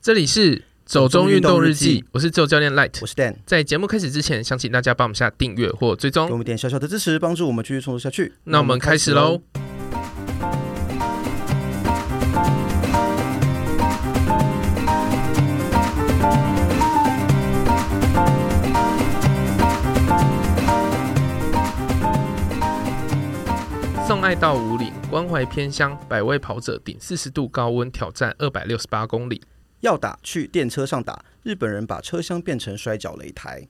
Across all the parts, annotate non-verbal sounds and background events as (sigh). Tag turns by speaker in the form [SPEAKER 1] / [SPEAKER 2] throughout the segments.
[SPEAKER 1] 这里是走中运动日
[SPEAKER 2] 走中运动日
[SPEAKER 1] 记，我是自由教练 Light
[SPEAKER 2] 我。是 Dan，
[SPEAKER 1] 在节目开始之前，想请大家帮我们下订阅或追
[SPEAKER 2] 给
[SPEAKER 1] 踪
[SPEAKER 2] 我。们一点小小的支持，帮助我们继续创作下去。
[SPEAKER 1] 那我们开始喽。。送爱到五岭，关怀偏乡，百位跑者顶四十度高温挑战二百六十八公里。
[SPEAKER 2] 要打去电车上打，日本人把车厢变成摔跤擂台。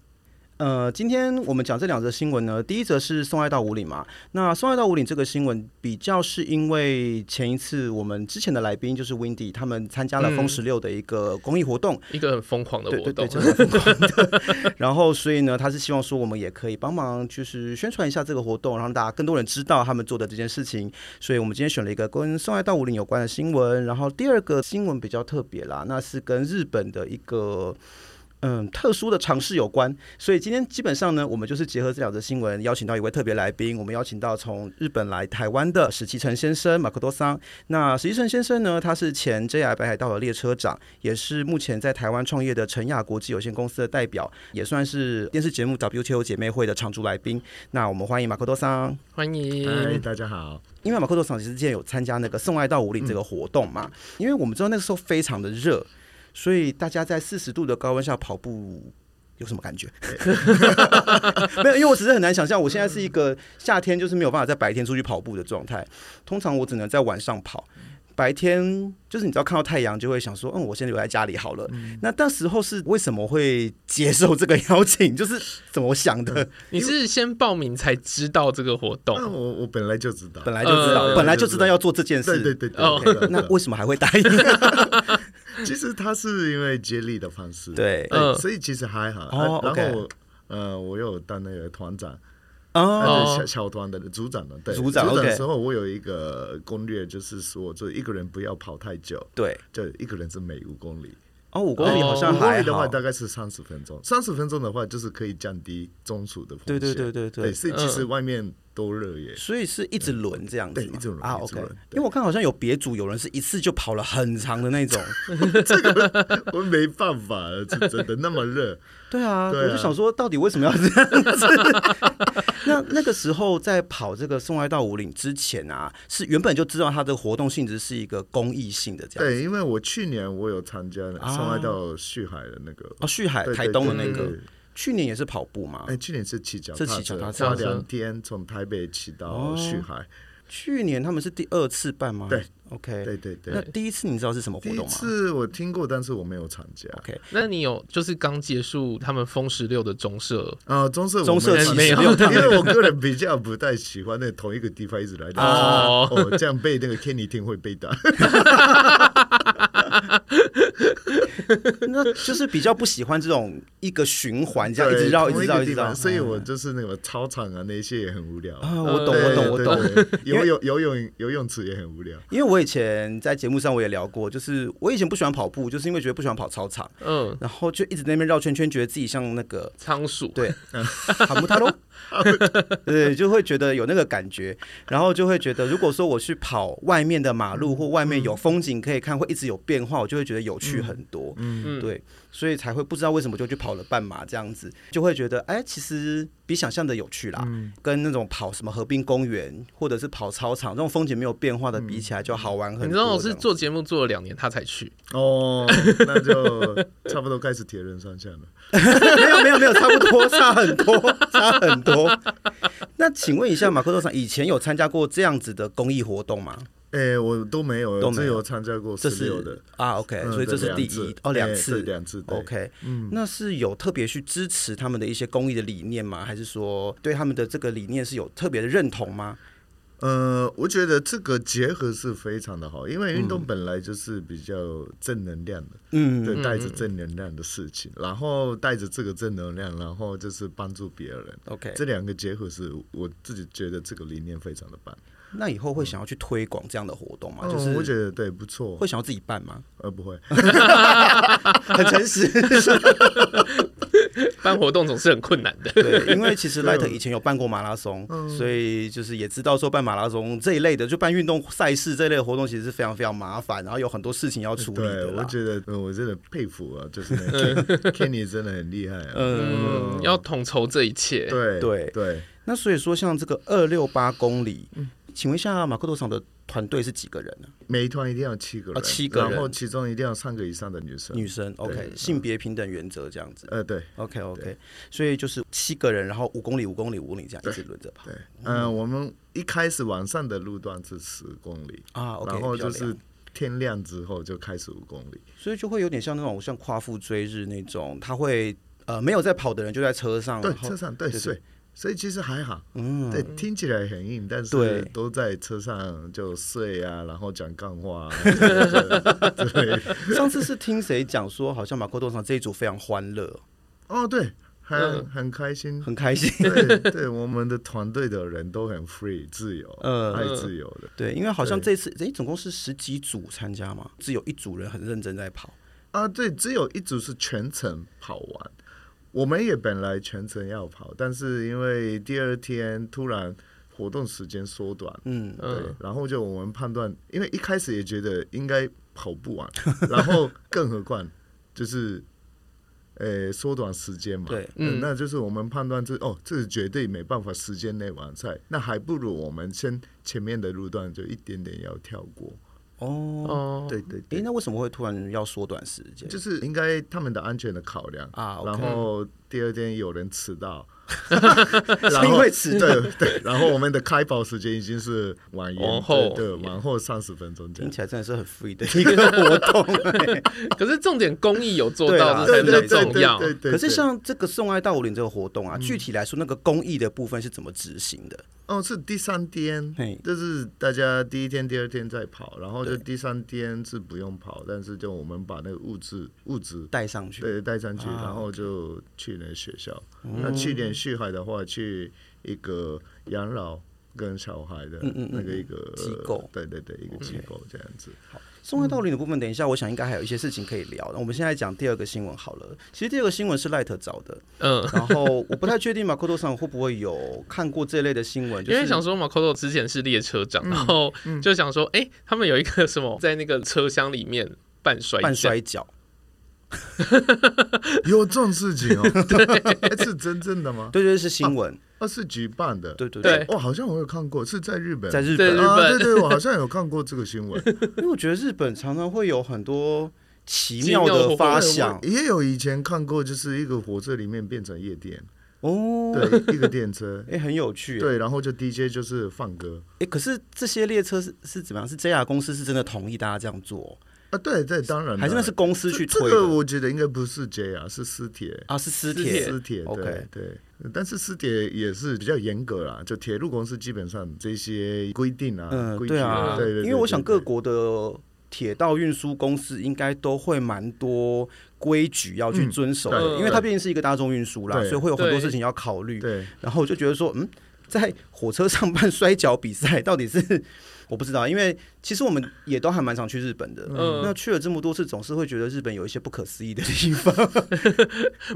[SPEAKER 2] 呃，今天我们讲这两则新闻呢，第一则是送爱到五岭嘛。那送爱到五岭这个新闻比较是因为前一次我们之前的来宾就是 Windy，他们参加了
[SPEAKER 1] 嗯
[SPEAKER 2] 风十六的一个公益活动，
[SPEAKER 1] 一个很疯狂的
[SPEAKER 2] 对
[SPEAKER 1] 活
[SPEAKER 2] 对
[SPEAKER 1] 动
[SPEAKER 2] 对，，这是疯狂的。 (laughs) 然后，所以呢，他是希望说我们也可以帮忙，就是宣传一下这个活动，让大家更多人知道他们做的这件事情。所以我们今天选了一个跟送爱到五岭有关的新闻。然后第二个新闻比较特别啦，那是跟日本的一个。嗯，特殊的尝试有关，所以今天基本上呢，我们就是结合这两则新闻，邀请到一位特别来宾。我们邀请到从日本来台湾的史其成先生马克多桑。那史其成先生呢，他是前 JR 北海道的列车长，也是目前在台湾创业的成亚国际有限公司的代表，也算是电视节目 WTO 姐妹会的常驻来宾。那我们欢迎马克多桑，
[SPEAKER 1] (laughs) 欢
[SPEAKER 3] 嗨，
[SPEAKER 2] 嗯
[SPEAKER 1] 迎。
[SPEAKER 3] 哎大家好。
[SPEAKER 2] 因为马克多桑其实之前有参加那个送爱到五岭这
[SPEAKER 3] 嗯
[SPEAKER 2] 个活动嘛，因为我们知道那个时候非常的热，所以大家在四十度的高温下跑步。有什么感
[SPEAKER 3] (laughs)
[SPEAKER 2] 觉？没有，因为我只是很难想象，我现在是一个夏天就是没有办法在白天出去跑步的状态，通常我只能在晚上跑。白天就是你只要看到太阳，就会想说，嗯，我先留在家里好了。
[SPEAKER 3] 嗯
[SPEAKER 2] 那那时候是为什么会接受这个邀请？就是怎么想
[SPEAKER 3] 嗯
[SPEAKER 2] 的？
[SPEAKER 1] 你是先报名才知道这个活
[SPEAKER 3] 啊，
[SPEAKER 2] 嗯
[SPEAKER 1] 动？
[SPEAKER 3] 我我本来就知道，
[SPEAKER 2] 哦本来就知道，
[SPEAKER 1] 呃
[SPEAKER 2] 本来就知道要做这件事。
[SPEAKER 3] 对对对对。
[SPEAKER 1] 哦
[SPEAKER 3] 对对对
[SPEAKER 2] (laughs) 那为什么还会答应？
[SPEAKER 3] 其实他是因为接力的方式，
[SPEAKER 2] 对
[SPEAKER 1] 嗯
[SPEAKER 3] 所以其实还好。
[SPEAKER 2] 哦
[SPEAKER 3] 啊
[SPEAKER 2] OK
[SPEAKER 3] 然后我呃，我有当那个团长，
[SPEAKER 2] 哦，
[SPEAKER 3] 啊
[SPEAKER 1] 哦
[SPEAKER 3] 对小小团的组长的，对，
[SPEAKER 2] 组长
[SPEAKER 3] 的
[SPEAKER 2] OK
[SPEAKER 3] 时候我有一个攻略，就是说，就一个人不要跑太久，
[SPEAKER 2] 对，
[SPEAKER 3] 就一个人是每五公里。
[SPEAKER 2] 哦，五公里好像
[SPEAKER 3] 五公
[SPEAKER 2] 还
[SPEAKER 3] 里的
[SPEAKER 2] 好
[SPEAKER 3] 话，。大概是三十分钟，三十分钟的话就是可以降低中暑的风
[SPEAKER 2] 对对
[SPEAKER 3] 险。
[SPEAKER 2] 对对对
[SPEAKER 3] 对，，所以其实
[SPEAKER 1] 嗯
[SPEAKER 3] 外面都热耶。 (laughs)
[SPEAKER 2] 所以是一直轮这样子
[SPEAKER 3] 对
[SPEAKER 2] 吗，
[SPEAKER 3] 一直轮
[SPEAKER 2] 啊
[SPEAKER 3] 一
[SPEAKER 2] ，OK
[SPEAKER 3] 直轮。
[SPEAKER 2] 因为我看好像有别组有人是一次就跑了很长的那
[SPEAKER 3] (laughs)
[SPEAKER 2] 种。
[SPEAKER 3] 我没办法，真真的那么热。
[SPEAKER 2] 对啊，
[SPEAKER 3] 对啊
[SPEAKER 2] 我就想说，到底为什么要这样子？ (laughs) 那那个时候在跑这个送爱到五岭之前啊，是原本就知道它的活动性质是一个公益性的这样。
[SPEAKER 3] 对，因为我去年我有参加
[SPEAKER 2] 啊
[SPEAKER 3] 上来到旭海的那个
[SPEAKER 2] 哦，旭海
[SPEAKER 3] 对对
[SPEAKER 2] 台东的那
[SPEAKER 3] 对对
[SPEAKER 2] 个，
[SPEAKER 3] 对
[SPEAKER 2] 去年也是跑步嘛。
[SPEAKER 3] 哎，去年是骑脚
[SPEAKER 2] 是
[SPEAKER 3] 踏
[SPEAKER 2] 骑
[SPEAKER 3] 车，
[SPEAKER 2] 脚踏车哦
[SPEAKER 3] 花两天从台北骑到旭海。
[SPEAKER 2] 去年他们是第二次办吗？
[SPEAKER 3] 对
[SPEAKER 2] ，OK。
[SPEAKER 3] 对对
[SPEAKER 2] 那啊
[SPEAKER 3] 对，
[SPEAKER 2] 第一次你知道是什么活
[SPEAKER 3] 第一
[SPEAKER 2] 动吗
[SPEAKER 3] 次我听过，但是我没有参加。
[SPEAKER 2] ？OK，
[SPEAKER 1] 那你有就是刚结束他们风十六的中社
[SPEAKER 3] 啊，棕色
[SPEAKER 2] 棕色
[SPEAKER 1] 没
[SPEAKER 3] 我没
[SPEAKER 1] 有
[SPEAKER 3] 有参加， (laughs) 因为我个人比较不太喜欢那同一个地方一直来的
[SPEAKER 1] 哦
[SPEAKER 3] 哦，这样被那个天 e 听会被打。
[SPEAKER 2] (laughs) 那就是比较不喜欢这种一个循环 (laughs) 这样一
[SPEAKER 3] 对
[SPEAKER 2] 直绕一
[SPEAKER 3] 同
[SPEAKER 2] 直
[SPEAKER 3] 个
[SPEAKER 2] 绕一直
[SPEAKER 3] 地
[SPEAKER 2] 绕，
[SPEAKER 3] 方所以我
[SPEAKER 2] 嗯
[SPEAKER 3] 就是那个操场啊那些也很无聊。
[SPEAKER 2] 啊，我懂
[SPEAKER 3] 对
[SPEAKER 2] 我懂我
[SPEAKER 3] 对
[SPEAKER 2] 懂。
[SPEAKER 3] 对对
[SPEAKER 2] (laughs) 因为
[SPEAKER 3] 游泳游泳游泳池也很无聊。
[SPEAKER 2] 因为我以前在节目上我也聊过，就是我以前不喜欢跑步，就是因为觉得不喜欢跑操场，
[SPEAKER 1] 嗯
[SPEAKER 2] 然后就一直在那边绕圈圈，觉得自己像那个
[SPEAKER 1] 仓鼠，
[SPEAKER 2] 对
[SPEAKER 3] 嗯
[SPEAKER 2] 哈姆
[SPEAKER 3] (laughs)
[SPEAKER 2] 太郎，对，就会觉得有那个感觉，然后就会觉得如果说我去跑外面的马路或外
[SPEAKER 3] 嗯
[SPEAKER 2] 面有风景可以看，会一直有变化，我就会觉得有趣很多。
[SPEAKER 1] 嗯，
[SPEAKER 2] 对，所以才会不知道为什么就去跑了半马这样子，就会觉得哎，其实比想象的有趣啦。
[SPEAKER 1] 嗯
[SPEAKER 2] 跟那种跑什么河滨公园或者是跑操场这种风景没有变化的比起来，就好玩很多。
[SPEAKER 1] 你知道我是做节目做了两年，他才去，
[SPEAKER 3] 哦，那
[SPEAKER 2] (laughs)
[SPEAKER 3] 就差不多开始铁人三项了。
[SPEAKER 2] (laughs) 没有没有没有，差不多差很多差很多。 (laughs) 那请问一下，马克多上以前有参加过这样子的公益活动吗？
[SPEAKER 3] 哎，我都没有，
[SPEAKER 2] 都
[SPEAKER 3] 我
[SPEAKER 2] 没有
[SPEAKER 3] 只有参加过
[SPEAKER 2] 这
[SPEAKER 3] 十
[SPEAKER 2] 是
[SPEAKER 3] 六的，
[SPEAKER 2] 啊，OK，、
[SPEAKER 3] 嗯
[SPEAKER 2] 所以这是第
[SPEAKER 3] 对两
[SPEAKER 2] 一
[SPEAKER 3] 次
[SPEAKER 2] 哦，两
[SPEAKER 3] 哎
[SPEAKER 2] 次
[SPEAKER 3] 对两次对嗯
[SPEAKER 2] OK，那是有特别去支持他们的一些公益的理念吗？还是说对他们的这个理念是有特别的认同吗？
[SPEAKER 3] 呃，我觉得这个结合是非常的好，因为运动本来就是比较正能量的，
[SPEAKER 2] 嗯，
[SPEAKER 3] 对，带着正能量的事情，然后带着这个正能量，然后就是帮助别人。
[SPEAKER 2] OK，
[SPEAKER 3] 这两个结合是我自己觉得这个理念非常的棒，
[SPEAKER 2] 那以后会想要去推广这样的活动吗？就
[SPEAKER 3] 嗯我觉
[SPEAKER 2] 是
[SPEAKER 3] 得对不错
[SPEAKER 2] 会，想要自己
[SPEAKER 3] (laughs)
[SPEAKER 2] 办吗？
[SPEAKER 3] 呃不会，
[SPEAKER 2] 很诚实，
[SPEAKER 1] 办活动总是很困难的。
[SPEAKER 2] (laughs) 对，因为其实 Light 以前有办过马拉松，
[SPEAKER 3] 嗯
[SPEAKER 2] 所以就是也知道说办马拉松这一类的，就办运动赛事这类的活动，其实是非常非常麻烦，然后有很多事情要处理
[SPEAKER 3] 对，
[SPEAKER 2] 的
[SPEAKER 3] 我
[SPEAKER 2] 啦。
[SPEAKER 3] 觉得呃我真的佩服啊，就是
[SPEAKER 2] (laughs)
[SPEAKER 3] 那个 Kenny 真的很厉害啊。
[SPEAKER 1] 嗯，要统筹这一切。
[SPEAKER 3] 对
[SPEAKER 2] 对
[SPEAKER 3] 对，
[SPEAKER 2] 那所以说，像这个二六八公里，
[SPEAKER 3] 嗯
[SPEAKER 2] 请问一下马克多厂的团队是几个人呢？
[SPEAKER 3] 每一团一定要七个
[SPEAKER 2] 啊
[SPEAKER 3] 人，
[SPEAKER 2] 七个人
[SPEAKER 3] 然后其中一定要三个以上的女生。
[SPEAKER 2] 女生，OK，性别平等原则这样子
[SPEAKER 3] 呃，对
[SPEAKER 2] ，OK OK，所以就是七个人，然后五公里、五公里、五公里这样一直轮着跑哦
[SPEAKER 3] 对，嗯，我们一开始晚上的路段是十公里，
[SPEAKER 2] 啊，OK，
[SPEAKER 3] 然后
[SPEAKER 2] 比较
[SPEAKER 3] 就
[SPEAKER 2] 凉
[SPEAKER 3] 是天亮之后就开始五公里。
[SPEAKER 2] 所以就会有点像那种像夸父追日那种，他会呃没有在跑的人就在车上，
[SPEAKER 3] 对，
[SPEAKER 2] 然后
[SPEAKER 3] 车上对
[SPEAKER 2] 对对
[SPEAKER 3] 睡，所以其实还好。嗯，对，听起来很硬，但
[SPEAKER 2] 对
[SPEAKER 3] 是都在车上就睡啊，然后讲干
[SPEAKER 2] (laughs)
[SPEAKER 3] 话啊，对，
[SPEAKER 2] 上次是听谁讲说，好像马克多上这一组非常欢乐，
[SPEAKER 3] 哦对，很
[SPEAKER 1] 嗯
[SPEAKER 3] 很开心。
[SPEAKER 2] 很开
[SPEAKER 3] (laughs)
[SPEAKER 2] 心。
[SPEAKER 3] 对对，我们的团队的人都很 free 自由，
[SPEAKER 2] 嗯
[SPEAKER 3] 爱自由的。
[SPEAKER 2] 对，因为好像这次诶，总共是十几组参加嘛，只有一组人很认真在跑。
[SPEAKER 3] 啊，对，只有一组是全程跑完。我们也本来全程要跑，但是因为第二天突然活动时间缩短，
[SPEAKER 2] 嗯，
[SPEAKER 3] 对
[SPEAKER 1] 嗯，，
[SPEAKER 3] 然后就我们判断，因为一开始也觉得应该跑不完，然后更何况就是，呃，缩短时间嘛，
[SPEAKER 2] 对
[SPEAKER 3] 呃
[SPEAKER 1] 嗯
[SPEAKER 3] 那就是我们判断这哦，这是绝对没办法时间内完赛，那还不如我们先前面的路段就一点点要跳过，
[SPEAKER 2] 哦，
[SPEAKER 1] 哦，
[SPEAKER 3] 对对
[SPEAKER 2] 诶，
[SPEAKER 3] 对，
[SPEAKER 2] 那为什么会突然要缩短时间？
[SPEAKER 3] 就是应该他们的安全的考量。
[SPEAKER 2] 啊
[SPEAKER 3] 然
[SPEAKER 2] ，OK，
[SPEAKER 3] 后第二天有人迟到，
[SPEAKER 2] 是 (laughs) 因为迟到，
[SPEAKER 3] (laughs) 对对，然后我们的开跑时间已经是往延
[SPEAKER 1] 往后
[SPEAKER 3] 对对往后三十分钟这
[SPEAKER 2] 听。
[SPEAKER 3] 样
[SPEAKER 2] 起来真的是很 free (laughs) 的一个活动。
[SPEAKER 1] 可是重点公益有做
[SPEAKER 2] 对
[SPEAKER 1] 到，
[SPEAKER 2] 啦
[SPEAKER 1] 这才
[SPEAKER 3] 对
[SPEAKER 1] 嗯
[SPEAKER 3] 对
[SPEAKER 1] 很
[SPEAKER 3] 对
[SPEAKER 1] 重要。
[SPEAKER 3] 对对对
[SPEAKER 2] 可是像这个送爱到五零这个活动啊，具体来说，那个公益的部分是怎么执行的？
[SPEAKER 3] 哦，是第三天
[SPEAKER 2] 嘿，
[SPEAKER 3] 就是大家第一天、第二天在跑，然后就第三天是不用跑，但是就我们把那个物质物质
[SPEAKER 2] 带上去，
[SPEAKER 3] 对带上去，
[SPEAKER 2] 啊嗯
[SPEAKER 3] 然后就去那个学校。那去年旭海的话，去一个养老跟小孩的
[SPEAKER 2] 嗯嗯嗯
[SPEAKER 3] 那个一个
[SPEAKER 2] 机构
[SPEAKER 3] 对对对，一个机构这样子。
[SPEAKER 2] 送爱到零的部分，等一下，我想应该还有一些事情可以聊。那我们现在讲第二个新闻好了。其实第二个新闻是 Light 找的，
[SPEAKER 1] 嗯，
[SPEAKER 2] 然后 (laughs) 我不太确定马克多上会不会有看过这类的新闻，就
[SPEAKER 1] 因为
[SPEAKER 2] 是
[SPEAKER 1] 想说马 o 之前是列车
[SPEAKER 3] 嗯
[SPEAKER 1] 长，然后就想说，哎，他们有一个什么在那个车厢里面半摔
[SPEAKER 2] 半
[SPEAKER 1] 跤
[SPEAKER 2] 摔跤，嗯
[SPEAKER 3] 有这种
[SPEAKER 2] (laughs)
[SPEAKER 3] 事情哦？对，是真正的吗？
[SPEAKER 2] 对对是新闻，
[SPEAKER 3] 哦，是举办的。
[SPEAKER 2] 对对
[SPEAKER 1] 对
[SPEAKER 3] 哦，好像我有看过，是在日本。
[SPEAKER 2] 在日
[SPEAKER 1] 对
[SPEAKER 2] 本，
[SPEAKER 1] 日
[SPEAKER 3] 啊，
[SPEAKER 1] 本
[SPEAKER 3] 对对，我好像有看过这个新闻。
[SPEAKER 2] 因为我觉得日本常常会有很多奇妙的发想
[SPEAKER 3] 对我也有以前看过，就是一个火车里面变成夜店，
[SPEAKER 2] 哦，
[SPEAKER 3] 对，一个电车，
[SPEAKER 2] 哎，很有趣。
[SPEAKER 3] 对，然后就 DJ 就是放歌
[SPEAKER 2] 哎，可是这些列车是是怎么样？是 JR 公司是真的同意大家这样做，
[SPEAKER 3] 啊，对对，当然
[SPEAKER 2] 还是那是
[SPEAKER 3] 当然
[SPEAKER 2] 公司去
[SPEAKER 3] 这
[SPEAKER 2] 推
[SPEAKER 3] 这个
[SPEAKER 2] 的
[SPEAKER 3] 我觉得应该不是 J 啊，是私铁。
[SPEAKER 2] 啊？是私
[SPEAKER 1] 私
[SPEAKER 2] 铁
[SPEAKER 1] 铁
[SPEAKER 3] 私铁
[SPEAKER 2] OK
[SPEAKER 3] 对对，但是私铁也是比较严格啦，就铁路公司基本上这些规定啊，
[SPEAKER 2] 嗯
[SPEAKER 3] 规矩
[SPEAKER 2] 对啊
[SPEAKER 3] 对对对，
[SPEAKER 2] 因为我想
[SPEAKER 3] 对
[SPEAKER 2] 各国的铁道运输公司应该都会蛮多规矩要去遵守的，
[SPEAKER 1] 嗯对
[SPEAKER 2] 因为它毕竟是一个大众运输啦，
[SPEAKER 3] 对
[SPEAKER 2] 所以会有很多
[SPEAKER 1] 对
[SPEAKER 2] 事情要考虑。
[SPEAKER 3] 对
[SPEAKER 2] 然后我就觉得说，嗯，在火车上办摔跤比赛到底是 (laughs) 我不知道，因为其实我们也都还蛮常去日本的。
[SPEAKER 1] 嗯
[SPEAKER 2] 那去了这么多次，总是会觉得日本有一些不可思议的地方。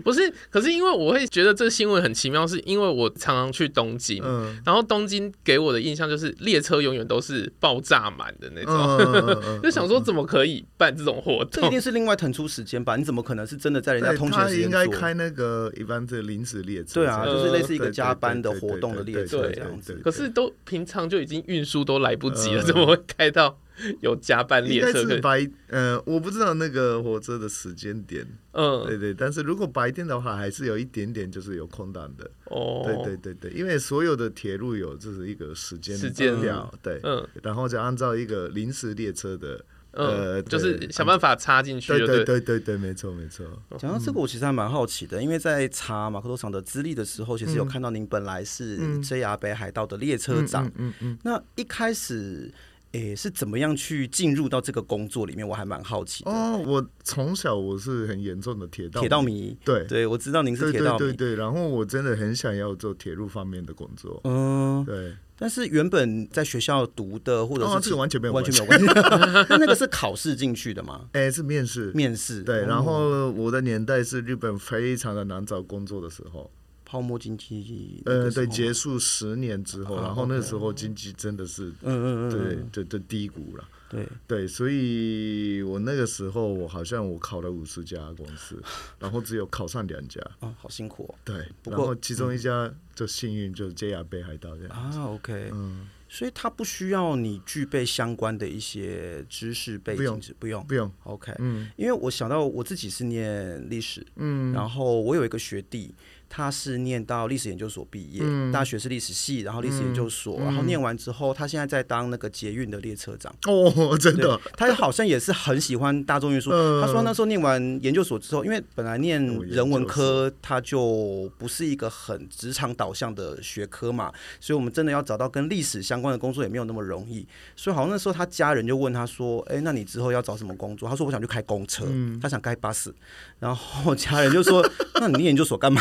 [SPEAKER 1] 不是，可是因为我会觉得这新闻很奇妙，是因为我常常去东京，
[SPEAKER 3] 嗯
[SPEAKER 1] 然后东京给我的印象就是列车永远都是爆炸满的那
[SPEAKER 3] 嗯
[SPEAKER 1] 种，
[SPEAKER 3] 嗯
[SPEAKER 2] (laughs)
[SPEAKER 3] 嗯嗯嗯
[SPEAKER 1] 就想说怎么可以办这种活
[SPEAKER 2] 这一
[SPEAKER 1] 动？
[SPEAKER 2] 定是另外腾出时间吧？你怎么可能是真的在人家
[SPEAKER 3] 哦对，
[SPEAKER 2] 通勤
[SPEAKER 3] 他
[SPEAKER 2] 的时间
[SPEAKER 3] 应
[SPEAKER 2] 做？
[SPEAKER 3] 该开那个一般这临时列车这
[SPEAKER 2] 对
[SPEAKER 3] 样
[SPEAKER 2] 啊，
[SPEAKER 3] 子，
[SPEAKER 2] 就
[SPEAKER 1] 呃
[SPEAKER 2] 是类似一个
[SPEAKER 3] 对
[SPEAKER 2] 加班的
[SPEAKER 3] 对对
[SPEAKER 2] 活动的
[SPEAKER 3] 对
[SPEAKER 2] 列车
[SPEAKER 3] 对
[SPEAKER 2] 这样
[SPEAKER 3] 对
[SPEAKER 2] 子。
[SPEAKER 1] 可是都平常就已经运输都来不及了，
[SPEAKER 3] 嗯
[SPEAKER 1] 怎么会开到有加班
[SPEAKER 3] 应
[SPEAKER 1] 列
[SPEAKER 3] 该
[SPEAKER 1] 车可
[SPEAKER 3] 是
[SPEAKER 1] 以？
[SPEAKER 3] 白，呃，我不知道那个火车的时间点，
[SPEAKER 1] 嗯，
[SPEAKER 3] 对对。但是如果白天的话，还是有一点点就是有空档的，
[SPEAKER 1] 哦，
[SPEAKER 3] 对对对对，因为所有的铁路有这是一个时间
[SPEAKER 1] 时间
[SPEAKER 3] 表，对，
[SPEAKER 1] 嗯
[SPEAKER 3] 然后就按照一个临时列车的，呃
[SPEAKER 1] 嗯，就
[SPEAKER 3] 对
[SPEAKER 1] 是想办法插进去
[SPEAKER 3] 对
[SPEAKER 1] 就
[SPEAKER 3] 对
[SPEAKER 1] 了
[SPEAKER 3] 对对对，没错没错，
[SPEAKER 1] 嗯
[SPEAKER 2] 讲到这个，我其实还蛮好奇的，因为在查马克多厂的资历的时候，其
[SPEAKER 3] 嗯
[SPEAKER 2] 实有看到您本来是 JR 北海道的列车长。
[SPEAKER 3] 嗯嗯，
[SPEAKER 2] 那一开始，诶、是怎么样去进入到这个工作里面？我还蛮好奇的。
[SPEAKER 3] 哦，我从小我是很严重的铁道
[SPEAKER 2] 铁道迷，
[SPEAKER 3] 对
[SPEAKER 2] 对我知道您是
[SPEAKER 3] 对
[SPEAKER 2] 铁道
[SPEAKER 3] 对
[SPEAKER 2] 迷，
[SPEAKER 3] 对对，然后我真的很想要做铁路方面的工作，
[SPEAKER 2] 嗯，
[SPEAKER 3] 对，
[SPEAKER 2] 但是原本在学校读的，或者是
[SPEAKER 3] 哦，
[SPEAKER 2] 其
[SPEAKER 3] 这个完全没有
[SPEAKER 2] 完全
[SPEAKER 3] 关系
[SPEAKER 2] 没有关系。 (laughs) 那那个是考试进去的吗？
[SPEAKER 3] 哎，是面试。
[SPEAKER 2] 面试
[SPEAKER 3] 对，然
[SPEAKER 2] 哦
[SPEAKER 3] 后我的年代是日本非常的难找工作的时候，
[SPEAKER 2] 泡沫经济那
[SPEAKER 3] 呃，
[SPEAKER 2] 个时候
[SPEAKER 3] 对，
[SPEAKER 2] 吗，
[SPEAKER 3] 结束十年之后，
[SPEAKER 2] 啊
[SPEAKER 3] 然后那个时候经济真的是
[SPEAKER 2] 嗯嗯嗯
[SPEAKER 3] 对
[SPEAKER 2] 嗯，
[SPEAKER 3] 对对低谷了，
[SPEAKER 2] 对对，
[SPEAKER 3] 对，所以我那个时候我好像我考了五十家公司，然后只有考上两家，
[SPEAKER 2] 哦，好辛苦
[SPEAKER 3] 对，
[SPEAKER 2] 不
[SPEAKER 3] 然
[SPEAKER 2] 过
[SPEAKER 3] 后其中一家就幸运就是 JR 北海道这
[SPEAKER 2] 哦
[SPEAKER 3] 样，
[SPEAKER 2] 啊，OK，
[SPEAKER 3] 嗯，
[SPEAKER 2] 所以他不需要你具备相关的一些知识背
[SPEAKER 3] 不用
[SPEAKER 2] 景是，不用
[SPEAKER 3] 不用，
[SPEAKER 2] ，OK，
[SPEAKER 3] 嗯
[SPEAKER 2] 因为我想到我自己是念历史，
[SPEAKER 3] 嗯，
[SPEAKER 2] 然后我有一个学弟，他是念到历史研究所毕业，
[SPEAKER 3] 嗯
[SPEAKER 2] 大学是历史系，然后历史研究所，然后念完之后，他现在在当那个捷运的列车长。
[SPEAKER 3] 哦， (laughs) 真
[SPEAKER 2] 对
[SPEAKER 3] 的，，
[SPEAKER 2] 他好像也是很喜欢大众运输。
[SPEAKER 3] 嗯
[SPEAKER 2] 他说那时候念完研究所之后，因为本来念
[SPEAKER 3] 嗯有研究
[SPEAKER 2] 人文科，他就不是一个很职场导向的学科嘛，所以我们真的要找到跟历史相关的工作也没有那么容易。所以好像那时候他家人就问他说：“哎、那你之后要找什么工作？”他说：“我想去开公车，
[SPEAKER 3] 嗯
[SPEAKER 2] 他想开巴士。”然后家人就说：“ (laughs) 那你念研究所干嘛？”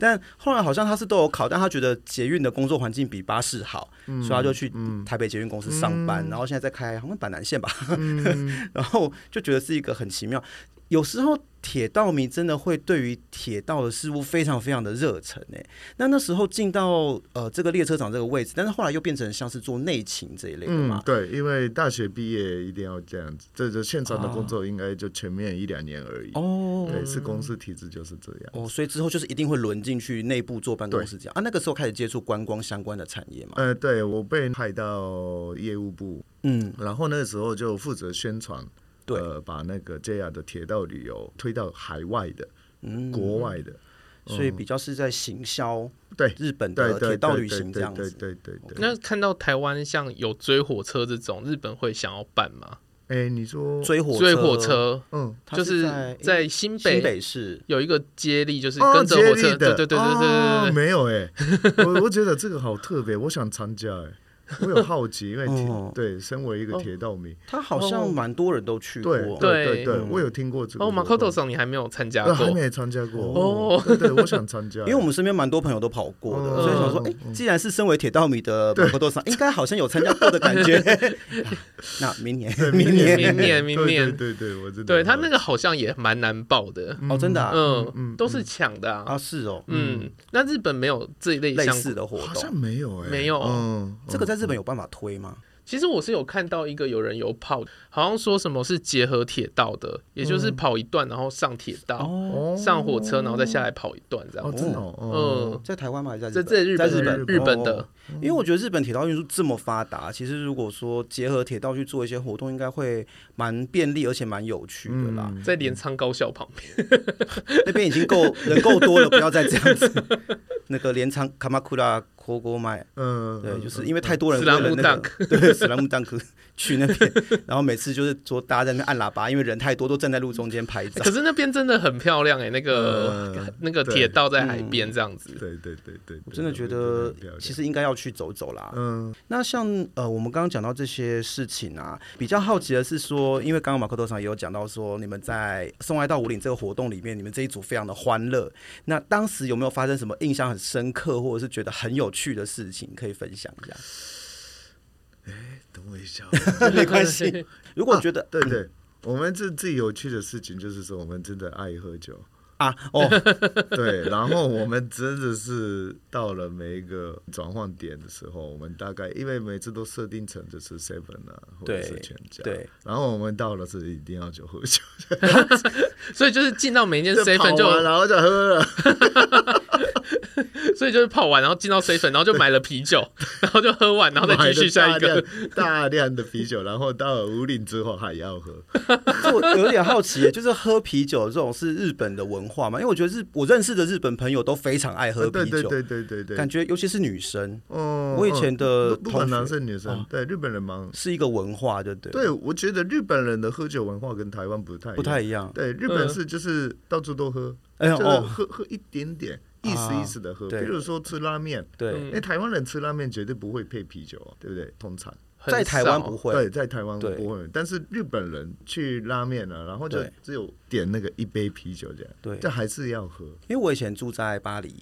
[SPEAKER 2] 但后来好像他是都有考，但他觉得捷运的工作环境比巴士好，所以他就去台北捷运公司上班，然后现在在开好像板南线吧， (laughs) 然后就觉得是一个很奇妙。有时候铁道迷真的会对于铁道的事物非常非常的热忱诶。那那时候进到呃这个列车长这个位置，但是后来又变成像是做内勤这一类的
[SPEAKER 3] 嗯
[SPEAKER 2] 嘛，。
[SPEAKER 3] 对，因为大学毕业一定要这样子，这就现场的工作应该就全面一两年而已。
[SPEAKER 2] 啊哦
[SPEAKER 3] 对，是公司体制就是这样。
[SPEAKER 2] 哦，所以之后就是一定会轮进去内部做办公室这样啊。那个时候开始接触观光相关的产业嘛。
[SPEAKER 3] 呃，对我被派到业务部，
[SPEAKER 2] 嗯，
[SPEAKER 3] 然后那个时候就负责宣传，
[SPEAKER 2] 对
[SPEAKER 3] 呃，把那个 JR 的铁道旅游推到海外的、
[SPEAKER 1] 嗯
[SPEAKER 3] 国外的，
[SPEAKER 2] 所以比较是在行销
[SPEAKER 3] 对
[SPEAKER 1] 嗯
[SPEAKER 2] 日本
[SPEAKER 3] 对
[SPEAKER 2] 的
[SPEAKER 3] 对，
[SPEAKER 2] 铁道
[SPEAKER 3] 对
[SPEAKER 2] 旅
[SPEAKER 3] 对
[SPEAKER 2] 行这
[SPEAKER 3] 对
[SPEAKER 2] 样
[SPEAKER 3] 对
[SPEAKER 2] 子。
[SPEAKER 3] 对对对。
[SPEAKER 1] 那看到台湾像有追火车这种，日本会想要办吗？
[SPEAKER 3] 哎，你说，
[SPEAKER 2] 追火
[SPEAKER 1] 追火，车
[SPEAKER 3] 嗯，
[SPEAKER 2] 它
[SPEAKER 1] 就是
[SPEAKER 2] 在
[SPEAKER 1] 在新
[SPEAKER 2] 新
[SPEAKER 1] 北
[SPEAKER 2] 北市
[SPEAKER 1] 有一个接力，就是
[SPEAKER 3] 哦
[SPEAKER 1] 跟着火
[SPEAKER 3] 接
[SPEAKER 1] 车，
[SPEAKER 3] 力
[SPEAKER 1] 对
[SPEAKER 3] 的
[SPEAKER 1] 对对对
[SPEAKER 3] 哦
[SPEAKER 1] 对对对，
[SPEAKER 3] 没有哎，我我觉得这个好特别，我想参加哎，我有好奇，因为
[SPEAKER 2] 哦
[SPEAKER 3] 铁对，身为一
[SPEAKER 1] 哦
[SPEAKER 3] 个铁道迷，
[SPEAKER 2] 它好像蛮多人都去过。
[SPEAKER 3] 哦对
[SPEAKER 1] 对
[SPEAKER 3] 对对，
[SPEAKER 2] 嗯
[SPEAKER 3] 我有听过这个
[SPEAKER 1] 哦，
[SPEAKER 3] 活动。
[SPEAKER 1] 马克斗上你还没有参加
[SPEAKER 3] 呃还
[SPEAKER 1] 过，
[SPEAKER 3] 没参加过。
[SPEAKER 1] 哦，
[SPEAKER 3] 对对，我想
[SPEAKER 1] (laughs)
[SPEAKER 3] 参加，
[SPEAKER 2] 因为我们身边蛮多朋友都跑过的，
[SPEAKER 3] 嗯
[SPEAKER 2] 所以想说，哎、既然是身为铁道迷的马可多桑，应 (laughs) 该好像有参加过的感觉。
[SPEAKER 3] (laughs)
[SPEAKER 2] 啊那明年，明
[SPEAKER 1] 年
[SPEAKER 2] 年，
[SPEAKER 1] 明年明
[SPEAKER 3] 对
[SPEAKER 1] 年
[SPEAKER 3] 对对对，我知道。
[SPEAKER 1] 对他那个好像也蛮难报的，
[SPEAKER 2] 哦，真的啊，
[SPEAKER 1] 嗯，都是抢的啊，
[SPEAKER 2] 啊是哦，
[SPEAKER 1] 嗯，那日本没有这一类
[SPEAKER 2] 类
[SPEAKER 1] 相
[SPEAKER 2] 似的活
[SPEAKER 3] 好像
[SPEAKER 2] 动，
[SPEAKER 3] 没有哎，
[SPEAKER 1] 没有
[SPEAKER 3] 嗯，
[SPEAKER 2] 这个在日本有办法推吗？
[SPEAKER 1] 其实我是有看到一个有人有跑，好像说什么是结合铁道的，也就是跑一段然后上铁道，
[SPEAKER 3] 哦
[SPEAKER 1] 上火车然后再下来跑一段这
[SPEAKER 3] 哦，
[SPEAKER 1] 样。
[SPEAKER 3] 真的哦，哦
[SPEAKER 1] 嗯，
[SPEAKER 2] 在台湾吗？还是在
[SPEAKER 1] 在
[SPEAKER 2] 日
[SPEAKER 1] 在
[SPEAKER 2] 本？
[SPEAKER 1] 日
[SPEAKER 2] 在
[SPEAKER 1] 本
[SPEAKER 2] 日本，
[SPEAKER 1] 日本的
[SPEAKER 2] 哦因为我觉得日本铁道运输这么发达，其实如果说结合铁道去做一些活动，应该会蛮便利，而且蛮有趣的啦。
[SPEAKER 3] 嗯
[SPEAKER 1] 嗯在镰仓高校旁边，
[SPEAKER 2] 那边已经够人够多了，不要再这样子。那个镰仓卡马库拉火锅卖，
[SPEAKER 3] 嗯，
[SPEAKER 2] 对，
[SPEAKER 3] 嗯
[SPEAKER 2] 就是因为太多人
[SPEAKER 1] 史
[SPEAKER 2] 为
[SPEAKER 1] 莱
[SPEAKER 2] 了
[SPEAKER 1] 姆
[SPEAKER 2] 那个， (laughs) 对，史莱姆 dunk 去那边，然后每次就是说大家在那边按喇叭，因为人太多，都站在路中间拍
[SPEAKER 1] (laughs)
[SPEAKER 2] 照
[SPEAKER 1] 可。是那边真的很漂亮哎，那个
[SPEAKER 3] 嗯
[SPEAKER 1] 那个铁道在海边这样子，
[SPEAKER 3] 对对对对，
[SPEAKER 2] 我
[SPEAKER 3] 对
[SPEAKER 2] 真的觉得，其，实应该要去走走啦。
[SPEAKER 3] 嗯
[SPEAKER 2] 那像呃，我们刚刚讲到这些事情啊，比较好奇的是说，因为刚刚马克多上也有讲到说，你们在送爱到五岭这个活动里面，你们这一组非常的欢乐。那当时有没有发生什么印象很深刻，或者是觉得很有趣的事情可以分享一
[SPEAKER 3] (laughs)
[SPEAKER 2] 下？
[SPEAKER 3] 等我一下
[SPEAKER 2] (laughs)
[SPEAKER 3] 哦，
[SPEAKER 1] (laughs)
[SPEAKER 2] 没关系，如果觉得
[SPEAKER 3] 对对。我们这最有趣的事情就是说，我们真的爱喝酒，
[SPEAKER 2] 啊哦，
[SPEAKER 3] 对。然后我们真的是到了每一个转换点的时候，我们大概因为每次都设定成就是 seven 啊，或者是
[SPEAKER 2] 对
[SPEAKER 3] 全家，。 (laughs)
[SPEAKER 2] 对，
[SPEAKER 3] 然后我们到了是一定要酒喝酒，
[SPEAKER 1] 所以就是进到每一间
[SPEAKER 3] 就
[SPEAKER 1] C 粉
[SPEAKER 3] 跑完
[SPEAKER 1] 就，
[SPEAKER 3] 然后就喝了，
[SPEAKER 1] 所以就是泡完然后进到 C 粉，然后就买了啤酒， (laughs) 然后就喝完，然后再继续下一
[SPEAKER 3] 买了
[SPEAKER 1] 个。
[SPEAKER 3] 大量大量的啤酒，然后到了五岭之后还要喝，
[SPEAKER 2] 这我有点好奇耶，就是喝啤酒这种是日本的文化嘛？因为我觉得日我认识的日本朋友都非常爱喝
[SPEAKER 3] 对
[SPEAKER 2] 啤
[SPEAKER 3] 对
[SPEAKER 2] 酒，
[SPEAKER 3] 对对对对，
[SPEAKER 2] 感觉尤其是女生，
[SPEAKER 3] 嗯，
[SPEAKER 2] 我以前的
[SPEAKER 3] 嗯不不管
[SPEAKER 2] 同学
[SPEAKER 3] 男生女生
[SPEAKER 2] 哦，
[SPEAKER 3] 对日本人蛮，
[SPEAKER 2] 是一个文化，对不对？
[SPEAKER 3] 对，我觉得日本人的喝酒文化跟台湾不太一样
[SPEAKER 2] 不太一样。
[SPEAKER 3] 对，日本是就是到处都喝，
[SPEAKER 2] 哎呦
[SPEAKER 3] 就是
[SPEAKER 2] 哦，啊
[SPEAKER 3] 喝喝一点点，意思意思的喝，比
[SPEAKER 2] 对
[SPEAKER 3] 如说吃拉面，
[SPEAKER 2] 对，
[SPEAKER 1] 嗯
[SPEAKER 3] 因为台湾人吃拉面绝对不会配啤酒啊，对不对？通常
[SPEAKER 1] 很
[SPEAKER 2] 在台湾
[SPEAKER 1] 少
[SPEAKER 2] 不会
[SPEAKER 3] 对，在台湾
[SPEAKER 2] 对
[SPEAKER 3] 不会，但是日本人去拉面呢，然后就
[SPEAKER 2] 对
[SPEAKER 3] 只有点那个一杯啤酒这样，
[SPEAKER 2] 对，
[SPEAKER 3] 这还是要喝，
[SPEAKER 2] 因为我以前住在巴黎。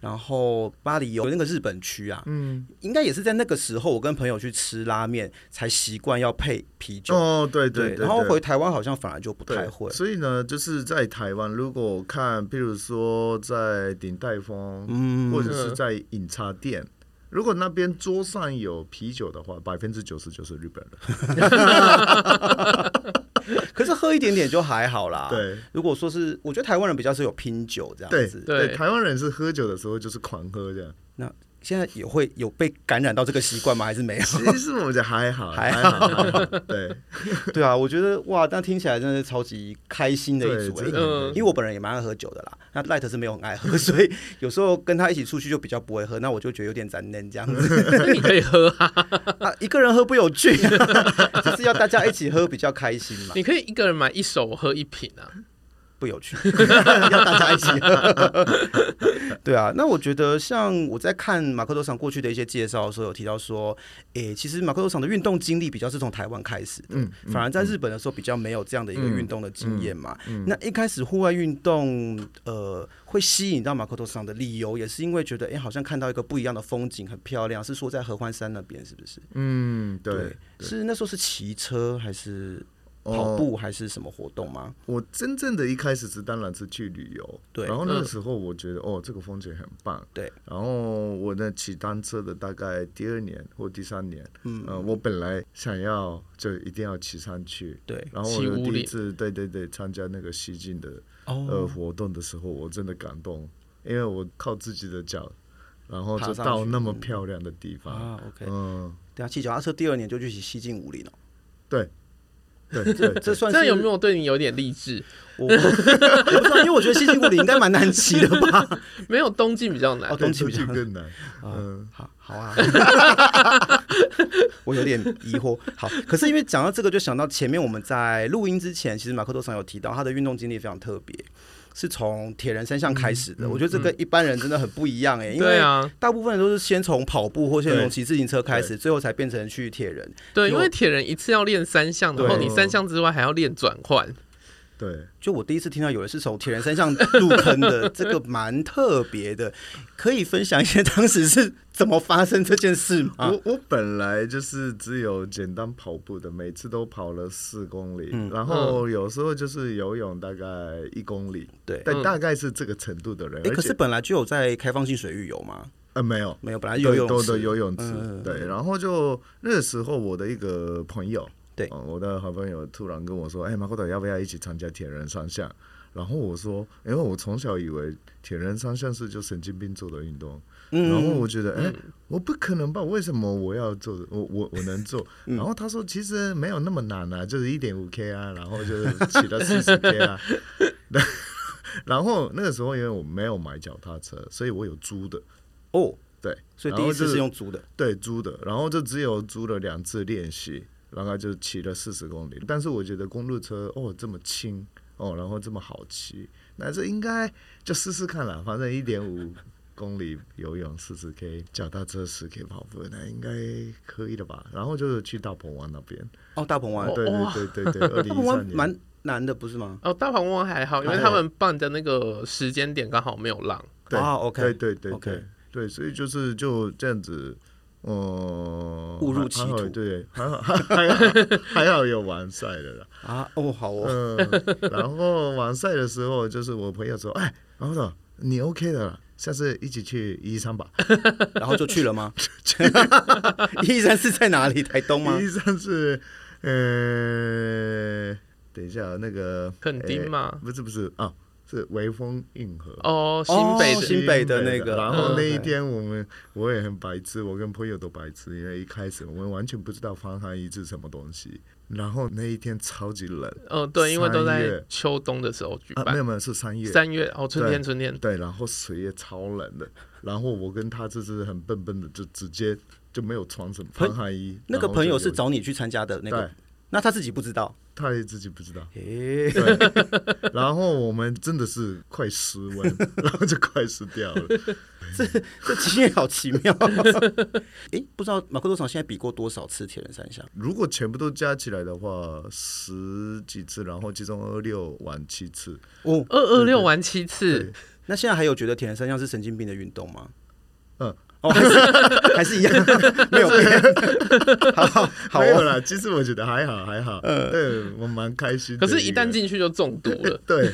[SPEAKER 2] 然后巴黎有那个日本区啊，
[SPEAKER 3] 嗯，
[SPEAKER 2] 应该也是在那个时候，我跟朋友去吃拉面才习惯要配啤酒。
[SPEAKER 3] 哦，对对，
[SPEAKER 2] 然后
[SPEAKER 3] 对
[SPEAKER 2] 回台湾好像反而就不
[SPEAKER 3] 对
[SPEAKER 2] 太会。
[SPEAKER 3] 所以呢，就是在台湾，如果看，比如说在鼎泰丰，
[SPEAKER 2] 嗯
[SPEAKER 3] 或者是在饮茶店。如果那边桌上有啤酒的话，百分之九十九是日本人。
[SPEAKER 2] 可是喝一点点就还好啦。，
[SPEAKER 3] (laughs) 对
[SPEAKER 2] 如果说是，我觉得台湾人比较是有拼酒这样
[SPEAKER 3] 对
[SPEAKER 2] 子，
[SPEAKER 1] 对
[SPEAKER 3] 台湾人是喝酒的时候就是狂喝这样。
[SPEAKER 2] 现在也会有被感染到这个习惯吗？还是没有？
[SPEAKER 3] (laughs) 其实我觉得还好，
[SPEAKER 2] 还
[SPEAKER 3] 好，还好对， (laughs)
[SPEAKER 2] 对啊，我觉得哇，那听起来真的是超级开心的一
[SPEAKER 3] 对，
[SPEAKER 2] 组、
[SPEAKER 3] 真
[SPEAKER 2] 欸。
[SPEAKER 3] 的
[SPEAKER 1] 嗯
[SPEAKER 2] 因为我本人也蛮爱喝酒的啦，那 Light 是没有很爱喝， (laughs) 所以有时候跟他一起出去就比较不会喝，那我就觉得有点残念这样子
[SPEAKER 1] (laughs)
[SPEAKER 3] (laughs)
[SPEAKER 1] 那你可以喝啊，
[SPEAKER 2] 啊，一个人喝不有趣、 (laughs) 只是要大家一起喝比较开心嘛，
[SPEAKER 1] 你可以一个人买一手喝一瓶啊。
[SPEAKER 2] 不有趣， (laughs) 要大家一起喝。 (laughs) 对啊，那我觉得像我在看马克多场过去的一些介绍的时候，有提到说，诶、其实马克多场的运动经历比较是从台湾开始的，
[SPEAKER 3] 嗯，
[SPEAKER 2] 反而在日本的时候比较没有这样的一个运动的经验嘛。
[SPEAKER 3] 嗯嗯
[SPEAKER 2] 那一开始户外运动，呃，会吸引到马可多桑的理由，也是因为觉得，哎、好像看到一个不一样的风景，很漂亮。是说在合欢山那边，是不是？
[SPEAKER 3] 嗯，对。
[SPEAKER 2] 是那时候是骑车还是跑
[SPEAKER 3] 哦
[SPEAKER 2] 步还是什么活动吗？
[SPEAKER 3] 我真正的一开始是当然是去旅游，
[SPEAKER 2] 对
[SPEAKER 3] 然后那
[SPEAKER 1] 嗯
[SPEAKER 3] 个时候我觉得、哦，这个风景很棒，
[SPEAKER 2] 对。
[SPEAKER 3] 然后我呢骑单车的大概第二年或第三年，
[SPEAKER 2] 嗯，
[SPEAKER 3] 呃，我本来想要就一定要骑上去，
[SPEAKER 2] 对，
[SPEAKER 3] 然后我
[SPEAKER 1] 骑
[SPEAKER 3] 有
[SPEAKER 1] 屋
[SPEAKER 3] 第
[SPEAKER 1] 里
[SPEAKER 3] 一次对对对参加那个西进的呃
[SPEAKER 2] 哦，
[SPEAKER 3] 活动的时候，我真的感动，因为我靠自己的脚，然后
[SPEAKER 2] 爬
[SPEAKER 3] 就
[SPEAKER 2] 上
[SPEAKER 3] 到
[SPEAKER 2] 去
[SPEAKER 3] 那么
[SPEAKER 2] 嗯
[SPEAKER 3] 漂亮的地方，
[SPEAKER 2] 啊，OK，
[SPEAKER 3] 嗯，
[SPEAKER 2] 对啊，骑脚踏车第二年就去西进五林哦，
[SPEAKER 3] 对对对
[SPEAKER 2] (laughs) 这算
[SPEAKER 3] (laughs)
[SPEAKER 1] 这样
[SPEAKER 2] 是
[SPEAKER 1] 有没有对你有点励志？
[SPEAKER 2] 我 (laughs) 我不知道，因为我觉得西进五林应该蛮难骑的吧？
[SPEAKER 1] 没有东京比较难
[SPEAKER 2] 哦，，
[SPEAKER 3] (laughs) 对
[SPEAKER 2] 东西比较
[SPEAKER 3] 出去更难，
[SPEAKER 2] (laughs) 啊
[SPEAKER 3] 嗯，
[SPEAKER 2] 好好啊， (laughs) 我有点疑惑。好，可是因为讲到这个，就想到前面我们在录音之前，其实马克多桑有提到他的运动经历非常特别，是从铁人三项开始的。我觉得这跟一般人真的很不一样哎、因
[SPEAKER 1] 对
[SPEAKER 2] 为
[SPEAKER 1] 啊，
[SPEAKER 2] 大部分人都是先从跑步或先从
[SPEAKER 3] 对
[SPEAKER 2] 骑自行车开始，最后才变成去铁人。
[SPEAKER 1] 对，
[SPEAKER 2] 就
[SPEAKER 1] 因为铁人一次要练三项，然
[SPEAKER 2] 对
[SPEAKER 1] 后你三项之外还要练转换，
[SPEAKER 3] 对。
[SPEAKER 2] 就我第一次听到有人是从铁人三项入坑的，这个蛮特别的，可以分享一些当时是怎么发生这件事吗？
[SPEAKER 3] 我我本来就是只有简单跑步的，每次都跑了四公里，
[SPEAKER 2] 嗯
[SPEAKER 3] 然后有时候就是游泳大概一公里，
[SPEAKER 2] 对，哎、
[SPEAKER 3] 但大概是这个程度的人。而且
[SPEAKER 2] 可是本来就有在开放性水域游吗？
[SPEAKER 3] 呃没有
[SPEAKER 2] 没有，本来游泳
[SPEAKER 3] 都
[SPEAKER 2] 池
[SPEAKER 3] 的游泳池，
[SPEAKER 2] 嗯
[SPEAKER 3] 对，然后就那个时候我的一个朋友，
[SPEAKER 2] 对
[SPEAKER 3] 呃我的好朋友突然跟我说，哎，马可岛要不要一起参加铁人三项？然后我说，因为我从小以为铁人三项是就神经病做的运动，
[SPEAKER 2] 嗯，
[SPEAKER 3] 然后我觉得，哎、我不可能吧？为什么我要做？我我我能做？
[SPEAKER 2] 嗯
[SPEAKER 3] 然后他说，其实没有那么难啊，就是一点五 K 啊，然后就是骑到四十 K
[SPEAKER 2] (laughs)
[SPEAKER 3] 啊。然后那个时候因为我没有买脚踏车，所以我有租的，
[SPEAKER 2] 哦，
[SPEAKER 3] 对
[SPEAKER 2] 所以
[SPEAKER 3] 然
[SPEAKER 2] 第一
[SPEAKER 3] 后
[SPEAKER 2] 次
[SPEAKER 3] 就是
[SPEAKER 2] 用租的，
[SPEAKER 3] 对租的，然后就只有租了两次练习，然后就骑了四十公里。但是我觉得公路车哦这么轻哦，然后这么好骑，那这应该就试试看啦，反正一点五。公里游泳四十 K，脚踏车十 K 跑步，那应该可以的吧？然后就是去大鹏湾那边，
[SPEAKER 2] 哦，大鹏湾，
[SPEAKER 3] 对对对对对，二
[SPEAKER 2] (laughs) 大
[SPEAKER 3] 零
[SPEAKER 2] 鹏
[SPEAKER 3] 一
[SPEAKER 2] 湾
[SPEAKER 3] 三年，
[SPEAKER 2] 蛮难的，不是吗？
[SPEAKER 1] 哦，大鹏湾还好，因为他们办的那个时间点刚好没有浪。
[SPEAKER 3] 对
[SPEAKER 2] 啊，OK，
[SPEAKER 3] 对对对
[SPEAKER 2] OK
[SPEAKER 3] 对对，所以就是就这样子，呃，
[SPEAKER 2] 误入
[SPEAKER 3] 还
[SPEAKER 2] 歧
[SPEAKER 3] 还好
[SPEAKER 2] 途
[SPEAKER 3] 对，还好 (laughs) 还好还好有完赛的啦。
[SPEAKER 2] 啊，哦，好
[SPEAKER 3] (laughs)
[SPEAKER 2] 哦，
[SPEAKER 3] 嗯，然后完赛的时候，就是我朋友说，哎，然后说你 OK 的啦，下次一起去一
[SPEAKER 2] (laughs)
[SPEAKER 3] 三吧。
[SPEAKER 2] 哦然后就去了
[SPEAKER 3] (laughs)
[SPEAKER 2] 吗？ (laughs) 一三是在哪里？台东吗
[SPEAKER 3] 一？三是，呃，等一下那个
[SPEAKER 1] 垦丁吗
[SPEAKER 3] 哎不是不是啊，是微风运河。
[SPEAKER 1] 哦，新北
[SPEAKER 2] 哦
[SPEAKER 1] 的，
[SPEAKER 2] 新北的那个
[SPEAKER 3] 然后那一
[SPEAKER 2] 嗯
[SPEAKER 3] 天我们我也很白痴，我跟朋友都白痴，因为一开始我们完全不知道防寒衣是什么东西。然后那一天超级冷
[SPEAKER 1] 嗯，对，因为都
[SPEAKER 3] 三
[SPEAKER 1] 在
[SPEAKER 3] 月
[SPEAKER 1] 秋冬的时候举
[SPEAKER 3] 啊，没
[SPEAKER 1] 办
[SPEAKER 3] 有，没有是三月，
[SPEAKER 1] 三月哦，春天，春天，
[SPEAKER 3] 对，然后水也超冷的。然后我跟他就是很笨笨的，就直接就没有穿什么
[SPEAKER 2] 朋
[SPEAKER 3] 防寒衣。
[SPEAKER 2] 那个
[SPEAKER 3] 然后就
[SPEAKER 2] 朋友是
[SPEAKER 3] 游
[SPEAKER 2] 找你去参加的那个
[SPEAKER 3] 对，
[SPEAKER 2] 那他自己不知道
[SPEAKER 3] 他也自己不
[SPEAKER 2] (laughs)
[SPEAKER 3] 知道。
[SPEAKER 2] 诶、
[SPEAKER 3] 对，然后我们真的是快失温，然后就快失掉了。
[SPEAKER 2] 这经验好奇妙。哦
[SPEAKER 3] (laughs)
[SPEAKER 2] 诶、不知道马克多场现在比过多少次铁人三项？
[SPEAKER 3] 如果全部都加起来的话，十几次，然后其中二六玩七次，
[SPEAKER 2] 哦，
[SPEAKER 1] 二二六玩七次，
[SPEAKER 2] 那现在还有觉得铁人三项是神经病的运动吗？
[SPEAKER 3] 嗯，
[SPEAKER 2] 哦，还是 (laughs) 还是一样，没有
[SPEAKER 3] (laughs)
[SPEAKER 2] 变。好好好
[SPEAKER 3] 没有
[SPEAKER 2] 哦，呃
[SPEAKER 3] 啦。其实我觉得还好，还好。对我蛮开心的
[SPEAKER 1] 可
[SPEAKER 3] 个。。
[SPEAKER 1] 是，一旦进去就中毒了
[SPEAKER 3] (laughs)
[SPEAKER 2] (laughs)
[SPEAKER 3] 对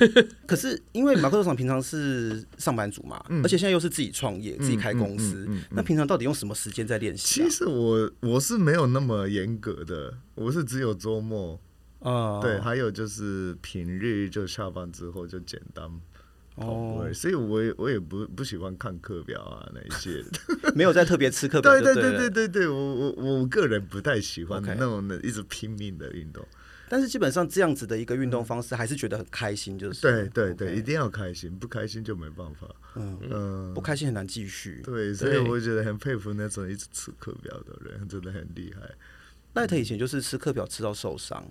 [SPEAKER 2] 可是因为马克多场平常是上班族嘛，
[SPEAKER 3] 嗯
[SPEAKER 2] 而且现在又是自己创业、自己开公司，那平常到底用什么时间在练习、啊
[SPEAKER 3] 其？实我我是没有那么严格的，我是只有周末，
[SPEAKER 2] 啊、
[SPEAKER 3] 对，，还有就是平日就下班之后就简单跑步而已，
[SPEAKER 2] 哦，
[SPEAKER 3] 所以我也我也不不喜欢看课表啊那一些。
[SPEAKER 2] 没有在特别吃课表
[SPEAKER 3] 对
[SPEAKER 2] 就
[SPEAKER 3] 对
[SPEAKER 2] 对
[SPEAKER 3] 对
[SPEAKER 2] 了
[SPEAKER 3] 对对对，我我我个人不太喜欢
[SPEAKER 2] OK
[SPEAKER 3] 那种的一直拼命的运动。
[SPEAKER 2] 但是基本上这样子的一个运动方式，还是觉得很开心，就是
[SPEAKER 3] 对对对，
[SPEAKER 2] OK
[SPEAKER 3] 一定要开心，不开心就没办法。
[SPEAKER 2] 嗯，
[SPEAKER 3] 嗯
[SPEAKER 2] 不，开心很难继续。
[SPEAKER 3] 对，所以
[SPEAKER 1] 对
[SPEAKER 3] 我觉得很佩服那种一直吃课表的人，真的很厉害。
[SPEAKER 2] 奈特以前就是吃课表吃到受伤，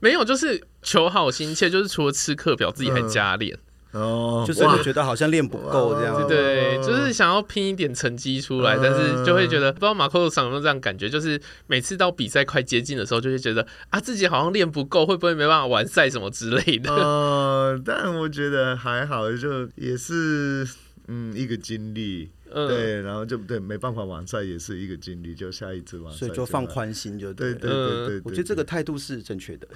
[SPEAKER 1] 没有，就是求好心切，就是除了吃课表，自己还加练。
[SPEAKER 3] 哦，
[SPEAKER 2] 就是
[SPEAKER 3] 哇
[SPEAKER 2] 我觉得好像练不够这样
[SPEAKER 3] 哇
[SPEAKER 2] 子。
[SPEAKER 1] 对，就是想要拼一点成绩出来，
[SPEAKER 3] 嗯
[SPEAKER 1] 但是就会觉得不知道马克场有没有这样感觉，就是每次到比赛快接近的时候，就会觉得啊自己好像练不够，会不会没办法完赛什么之类的。
[SPEAKER 3] 呃，但我觉得还好，就也是嗯一个经历，
[SPEAKER 1] 嗯，
[SPEAKER 3] 对，然后就对没办法完赛也是一个经历，就下一次完赛，
[SPEAKER 2] 所以就放，宽心就
[SPEAKER 3] 对
[SPEAKER 2] 啊对了。
[SPEAKER 3] 对对对，
[SPEAKER 2] 我觉得这
[SPEAKER 3] 个
[SPEAKER 2] 个态度是正 (laughs) 确的，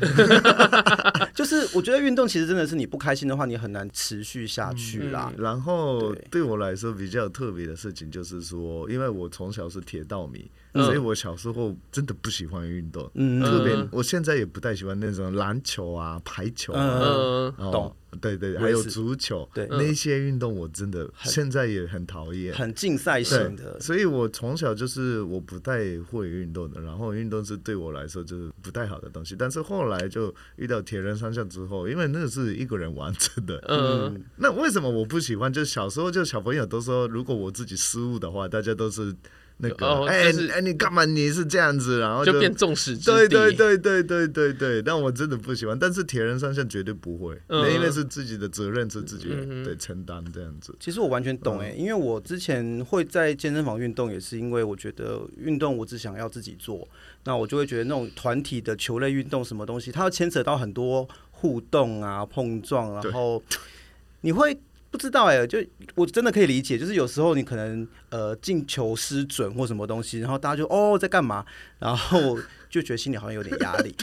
[SPEAKER 2] 就是我觉得运动其实真的是你不开心的话，你很难持续下去啦。
[SPEAKER 3] 然后
[SPEAKER 2] 对
[SPEAKER 3] 对我来说比较特别的事情就是说，因为我从小是铁道迷，
[SPEAKER 1] 嗯
[SPEAKER 3] 所以我小时候真的不喜欢运动，
[SPEAKER 2] 嗯，
[SPEAKER 3] 特别
[SPEAKER 1] 嗯
[SPEAKER 3] 我现在也不太喜欢那种篮球啊、排球啊，
[SPEAKER 1] 嗯，
[SPEAKER 3] 哦
[SPEAKER 2] 懂，
[SPEAKER 3] 对
[SPEAKER 2] 我
[SPEAKER 3] 对，
[SPEAKER 2] 也
[SPEAKER 3] 还有
[SPEAKER 2] 是
[SPEAKER 3] 足球，
[SPEAKER 2] 对
[SPEAKER 3] 那些运动我真的现在也很讨厌。
[SPEAKER 2] 很竞赛
[SPEAKER 3] 对
[SPEAKER 2] 性的，
[SPEAKER 3] 所以我从小就是我不太会运动的，然后运动是对我来说就是不太好的东西。但是后来就遇到铁人三项之后，因为那个是一个人完成的，
[SPEAKER 1] 嗯，
[SPEAKER 3] 那为什么我不喜欢？就小时候就小朋友都说，如果我自己失误的话，大家都是那个，哎、
[SPEAKER 1] 哦
[SPEAKER 3] 哎、
[SPEAKER 1] 就是
[SPEAKER 3] 你干嘛你是这样子，然后
[SPEAKER 1] 就变众矢之
[SPEAKER 3] 对
[SPEAKER 1] 的。
[SPEAKER 3] 对对对对对对，但我真的不喜欢。但是铁人三项绝对不会，
[SPEAKER 1] 嗯
[SPEAKER 3] 那因为是自己的责任，是自己
[SPEAKER 1] 嗯哼
[SPEAKER 3] 得承担这样子。
[SPEAKER 2] 其实我完全懂哎、因为我之前会在健身房运动，也是因为我觉得运动我只想要自己做，那我就会觉得那种团体的球类运动什么东西，它要牵扯到很多互动啊、碰撞，
[SPEAKER 3] 对
[SPEAKER 2] 然后你会不知道哎、就我真的可以理解，就是有时候你可能呃进球失准或什么东西，然后大家就哦在干嘛，然后就觉得心里好像有点压力。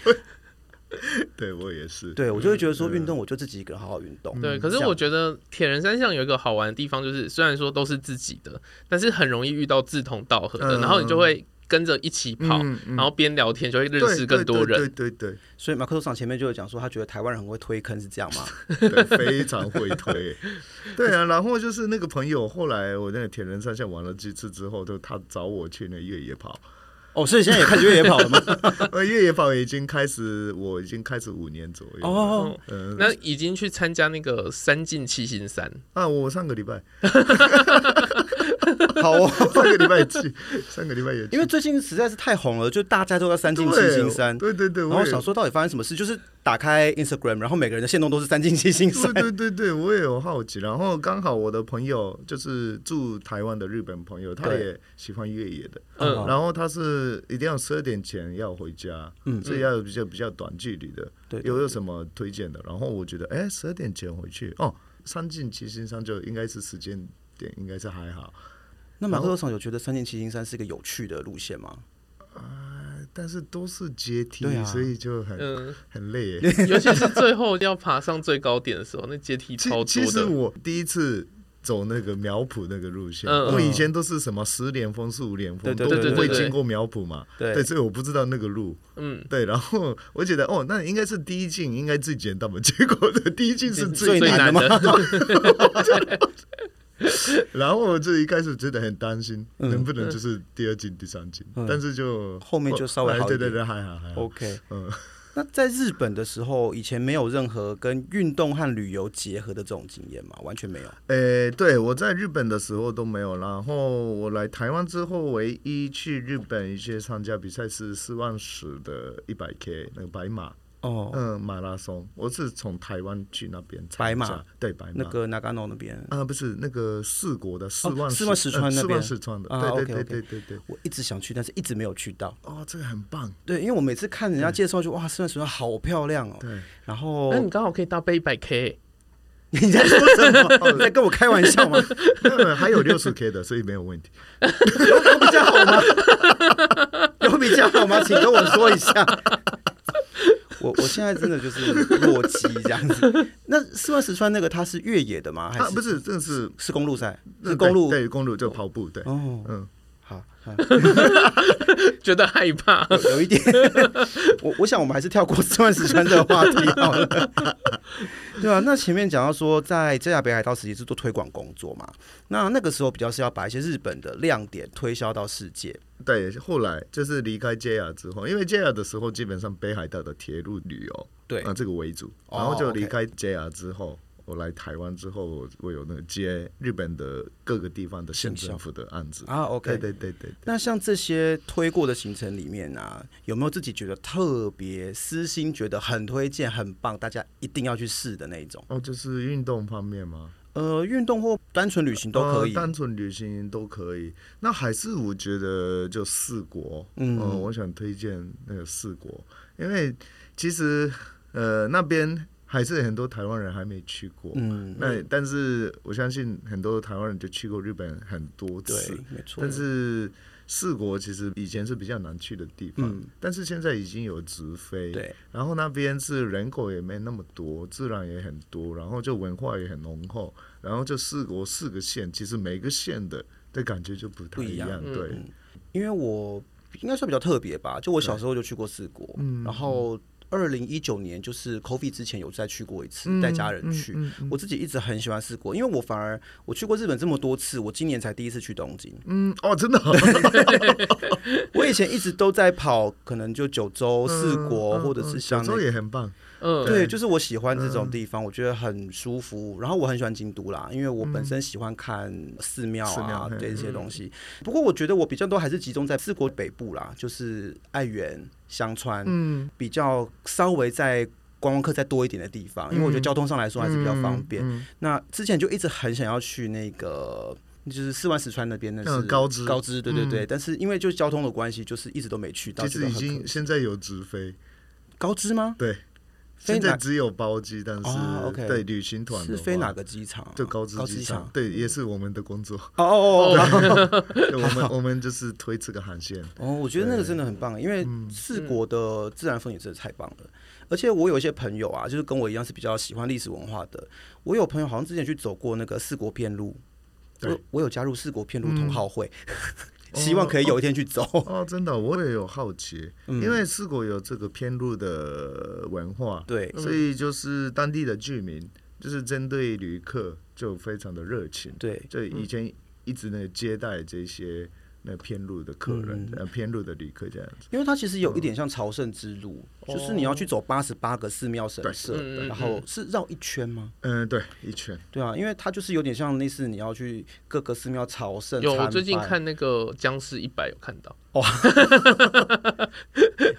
[SPEAKER 3] 对我也是，
[SPEAKER 2] 对我就会觉得说运动我就自己一个人好好运动。
[SPEAKER 1] 对，可是
[SPEAKER 3] 嗯
[SPEAKER 2] 这
[SPEAKER 1] 我
[SPEAKER 2] 样
[SPEAKER 1] 觉得铁人三项有一个好玩的地方，就是虽然说都是自己的，但是很容易遇到志同道合的，
[SPEAKER 3] 嗯
[SPEAKER 1] 然后你就会跟着一起跑，
[SPEAKER 3] 嗯嗯
[SPEAKER 1] 然后边聊天就会认
[SPEAKER 3] 对
[SPEAKER 1] 识更多人。
[SPEAKER 3] 对对对
[SPEAKER 2] 所以马克多长前面就有讲说，他觉得台湾人很会推坑，是这样吗？
[SPEAKER 3] 对对，对非常会
[SPEAKER 2] (laughs)
[SPEAKER 3] 推。对啊，然后就是那个朋友，后来我那个铁人三项玩了几次之后，就他找我去那越
[SPEAKER 2] (laughs)
[SPEAKER 3] 野跑，
[SPEAKER 2] 哦，所以现在也开始越野跑了吗？
[SPEAKER 3] 呃，越野跑已经开始，我已经开始五年左右了。
[SPEAKER 2] (laughs) 哦，
[SPEAKER 3] 嗯，
[SPEAKER 1] 那已经去参加那个三进七星山，
[SPEAKER 3] 啊，我上个礼拜， (laughs)
[SPEAKER 2] 好哦，
[SPEAKER 3] 上个礼拜去，上个礼拜也去
[SPEAKER 2] 因为最近实在是太红了，就大家都要三进七
[SPEAKER 3] 对
[SPEAKER 2] 星山。
[SPEAKER 3] 对对对，
[SPEAKER 2] 然
[SPEAKER 3] 我
[SPEAKER 2] 后
[SPEAKER 3] 也
[SPEAKER 2] 想说到底发生什么事，就是打开 Instagram，然后每个人的线动都是三进七星山
[SPEAKER 3] (laughs) 对。对对对，我也有好奇。然后刚好我的朋友就是住台湾的日本朋友，他
[SPEAKER 2] 对
[SPEAKER 3] 也喜欢越野的。
[SPEAKER 2] 哦
[SPEAKER 1] 嗯
[SPEAKER 3] 然后他是一定要十二点前要回家，
[SPEAKER 2] 嗯
[SPEAKER 3] 所以要有比较比较短距离的。
[SPEAKER 2] 对
[SPEAKER 3] 有有什么推荐的？然后我觉得，哎，十二点前回去哦，三进七星山就应该是时间点，应该是还好。
[SPEAKER 2] 那马克多场有觉得三进七星山是一个有趣的路线吗？
[SPEAKER 3] 但是都是阶梯，
[SPEAKER 2] 对啊
[SPEAKER 3] 所以就很、
[SPEAKER 1] 嗯，
[SPEAKER 3] 很
[SPEAKER 2] (laughs)
[SPEAKER 3] 累耶。
[SPEAKER 1] (laughs) 尤其是最后要爬上最高点的时候，那阶梯
[SPEAKER 3] 其
[SPEAKER 1] 超
[SPEAKER 3] 其
[SPEAKER 1] 多
[SPEAKER 3] 实
[SPEAKER 1] 的。
[SPEAKER 3] 我第一次走那个苗圃那个路线，
[SPEAKER 1] 嗯
[SPEAKER 3] 我以前都是什么十连峰、十五连
[SPEAKER 2] 对
[SPEAKER 3] 峰
[SPEAKER 2] 对
[SPEAKER 3] 都
[SPEAKER 2] 对
[SPEAKER 1] 对
[SPEAKER 3] 不会
[SPEAKER 1] 对
[SPEAKER 3] 经过苗圃嘛，
[SPEAKER 2] 对
[SPEAKER 3] 所以我不知道那个路。
[SPEAKER 1] 嗯，
[SPEAKER 3] 对，然后我觉得哦，那应该是第一进应该最简单吧，结果的第
[SPEAKER 1] (laughs)
[SPEAKER 3] 一进是最
[SPEAKER 1] 最
[SPEAKER 2] 最
[SPEAKER 1] 难
[SPEAKER 2] 难
[SPEAKER 1] 的。
[SPEAKER 3] 然后我就一开始真的很担心，能不
[SPEAKER 1] 嗯
[SPEAKER 3] 能就是第二进、第三进，
[SPEAKER 2] 嗯
[SPEAKER 3] 但是就哦哎
[SPEAKER 2] 后面就稍微好一
[SPEAKER 3] 对
[SPEAKER 2] 点
[SPEAKER 3] 对对，还好还好。
[SPEAKER 2] OK，
[SPEAKER 3] 嗯
[SPEAKER 2] 那在日本的时候，以前没有任何跟运动和旅游结合的这种经验嘛，完全没有。
[SPEAKER 3] 诶，哎对我在日本的时候都没有，然后我来台湾之后，唯一去日本一些参加比赛是四万十的一百 K 那个白马，
[SPEAKER 2] 哦，
[SPEAKER 3] 嗯，马拉松，我是从台湾去那边参
[SPEAKER 2] 白马
[SPEAKER 3] 加，对白马
[SPEAKER 2] 那个 Nagano 那边，
[SPEAKER 3] 啊，不是那个四国的四万呃
[SPEAKER 2] 哦四万石川那
[SPEAKER 3] 四
[SPEAKER 2] 边
[SPEAKER 3] 万石川的，
[SPEAKER 2] 啊
[SPEAKER 3] 对
[SPEAKER 2] OK，OK
[SPEAKER 3] 对对对对对，
[SPEAKER 2] 我一直想去，但是一直没有去到。
[SPEAKER 3] 哦，这个很棒，
[SPEAKER 2] 对，因为我每次看人家介绍就哇，四川石川好漂亮哦。 (laughs)
[SPEAKER 3] 对，
[SPEAKER 2] 然
[SPEAKER 1] (laughs)
[SPEAKER 2] 后
[SPEAKER 1] 那你刚好可以搭背一百 K，
[SPEAKER 2] 你在说什么？你在跟我开玩笑吗？ (laughs)
[SPEAKER 3] 嗯还有六十 K 的，所以没有问题。
[SPEAKER 2] 有比较好吗？有比较好吗？请跟我说一下。 (laughs) 我我现在真的就是弱鸡这样子。那四万石川那个它是越野的吗？还
[SPEAKER 3] 啊，不
[SPEAKER 2] 是
[SPEAKER 3] 是，这是
[SPEAKER 2] 是公路赛？
[SPEAKER 3] 那
[SPEAKER 2] 是公路？
[SPEAKER 3] 对公路就跑步，对，
[SPEAKER 2] 哦，
[SPEAKER 3] 嗯，
[SPEAKER 2] 好，好
[SPEAKER 1] 觉得害怕。
[SPEAKER 2] 有有一
[SPEAKER 3] (laughs)
[SPEAKER 2] 点。我我想我们还是跳过四万石川这个话题好了。 (laughs) 对啊，那前面讲到说，在这亚北海道时期是做推广工作嘛，那那个时候比较是要把一些日本的亮点推销到世界。
[SPEAKER 3] 对，后来就是离开 JR 之后，因为 JR 的时候基本上北海道的铁路旅游
[SPEAKER 2] 对
[SPEAKER 3] 啊、这个为主，
[SPEAKER 2] 哦
[SPEAKER 3] 然后就离开 JR 之后。我来台湾之后，我我有那个接日本的各个地方的县政府的案子。
[SPEAKER 2] 啊，OK，
[SPEAKER 3] 对对对对，
[SPEAKER 2] 那像这些推过的行程里面啊，有没有自己觉得特别私心觉得很推荐、很棒，大家一定要去试的那一种？
[SPEAKER 3] 哦，就是运动方面吗？
[SPEAKER 2] 呃，运动或单纯旅行都可以。
[SPEAKER 3] 呃单纯旅行都可以。那还是我觉得就四国，
[SPEAKER 2] 嗯
[SPEAKER 3] 嗯、我想推荐那个四国，因为其实呃那边还是很多台湾人还没去过。
[SPEAKER 2] 嗯，
[SPEAKER 3] 那但是我相信很多台湾人就去过日本很多
[SPEAKER 2] 对
[SPEAKER 3] 次，，
[SPEAKER 2] 没错。
[SPEAKER 3] 但是四国其实以前是比较难去的地方，
[SPEAKER 2] 嗯
[SPEAKER 3] 但是现在已经有直飞，
[SPEAKER 2] 对，
[SPEAKER 3] 然后那边是人口也没那么多，自然也很多，然后就文化也很浓厚，然后就四国四个县，其实每个县的的感觉就不太
[SPEAKER 2] 不一样嗯
[SPEAKER 3] 对，
[SPEAKER 2] 因为我应该算比较特别吧，就我小时候就去过四国，
[SPEAKER 3] 嗯
[SPEAKER 2] 然后二零一九年就是 COVID 之前有再去过一次，
[SPEAKER 3] 嗯
[SPEAKER 2] 带家人去。
[SPEAKER 3] 嗯嗯
[SPEAKER 2] 我自己一直很喜欢四国，因为我反而我去过日本这么多次，我今年才第一次去东京。
[SPEAKER 3] 嗯哦，真的哦，
[SPEAKER 2] 我以前一直都在跑，可能就九州、四国，
[SPEAKER 3] 嗯
[SPEAKER 2] 或者
[SPEAKER 3] 嗯
[SPEAKER 2] 是
[SPEAKER 3] 嗯
[SPEAKER 2] 像
[SPEAKER 3] 小
[SPEAKER 2] 那
[SPEAKER 3] 州也很棒，
[SPEAKER 1] 嗯，
[SPEAKER 2] 对，就是我喜欢这
[SPEAKER 3] 嗯
[SPEAKER 2] 种地方，我觉得很舒服。然后我很喜欢京都啦，因为我本身喜欢看寺庙
[SPEAKER 3] 嗯寺
[SPEAKER 2] 啊
[SPEAKER 3] 庙，嘿嗯
[SPEAKER 2] 对这些东西。不过我觉得我比较多还是集中在四国北部啦，就是爱媛、香川，
[SPEAKER 3] 嗯，
[SPEAKER 2] 比较稍微在观光客再多一点的地方，因为我觉得交通上来说还是比较方便。
[SPEAKER 3] 嗯嗯嗯
[SPEAKER 2] 那之前就一直很想要去那个。就是四万石川那边那
[SPEAKER 3] 那
[SPEAKER 2] 是
[SPEAKER 3] 个嗯高知
[SPEAKER 2] 高知对对对，
[SPEAKER 3] 嗯
[SPEAKER 2] 但是因为就交通的关系，就是一直都没去到。
[SPEAKER 3] 其
[SPEAKER 2] 觉
[SPEAKER 3] 实
[SPEAKER 2] 得
[SPEAKER 3] 已
[SPEAKER 2] 很
[SPEAKER 3] 经
[SPEAKER 2] 可惜
[SPEAKER 3] 现在有直飞，
[SPEAKER 2] 高知吗？
[SPEAKER 3] 对，
[SPEAKER 2] 飞
[SPEAKER 3] 现
[SPEAKER 2] 哪
[SPEAKER 3] 在只有包机，但是、
[SPEAKER 2] 哦，OK
[SPEAKER 3] 对旅行团
[SPEAKER 2] 是
[SPEAKER 3] 的
[SPEAKER 2] 飞
[SPEAKER 3] 话
[SPEAKER 2] 哪个机场啊？
[SPEAKER 3] 就高知
[SPEAKER 2] 高
[SPEAKER 3] 机
[SPEAKER 2] 机场。
[SPEAKER 3] 对，也是我们的工作。
[SPEAKER 2] (laughs) 哦哦哦哦
[SPEAKER 3] 对我们我们就是推这个航线。
[SPEAKER 2] 哦！我觉得那个真的很棒，因为四国
[SPEAKER 1] 嗯
[SPEAKER 2] 的自然风景真的太棒了。而且我有一些朋友啊，就是跟我一样是比较喜欢历史文化的。我有朋友好像之前去走过那个四国片路，我
[SPEAKER 3] 对
[SPEAKER 2] 我有加入四国片路同好会，
[SPEAKER 1] 嗯
[SPEAKER 2] (laughs) 希望可以有一天去走。
[SPEAKER 3] 哦，真的，我也有好奇，
[SPEAKER 2] 嗯
[SPEAKER 3] 因为四国有这个偏路的文化，
[SPEAKER 2] (laughs) 对，
[SPEAKER 3] 所以就是当地的居民就是针对旅客就非常的热情，
[SPEAKER 2] 对，
[SPEAKER 3] 就以前一直呢接待这些那偏路的客人，呃，偏路的旅客这样子。
[SPEAKER 2] 因为它其实有一点像朝圣之路，就是你要去走八十八个寺庙神社，
[SPEAKER 1] 嗯哦对嗯
[SPEAKER 2] 然后是绕一圈吗？
[SPEAKER 3] 嗯，对，一圈。
[SPEAKER 2] 对啊，因为它就是有点像类似你要去各个寺庙朝圣。
[SPEAKER 1] 有
[SPEAKER 2] 参
[SPEAKER 1] 我最近
[SPEAKER 2] 拜
[SPEAKER 1] 看那个《僵尸一百》，有看到，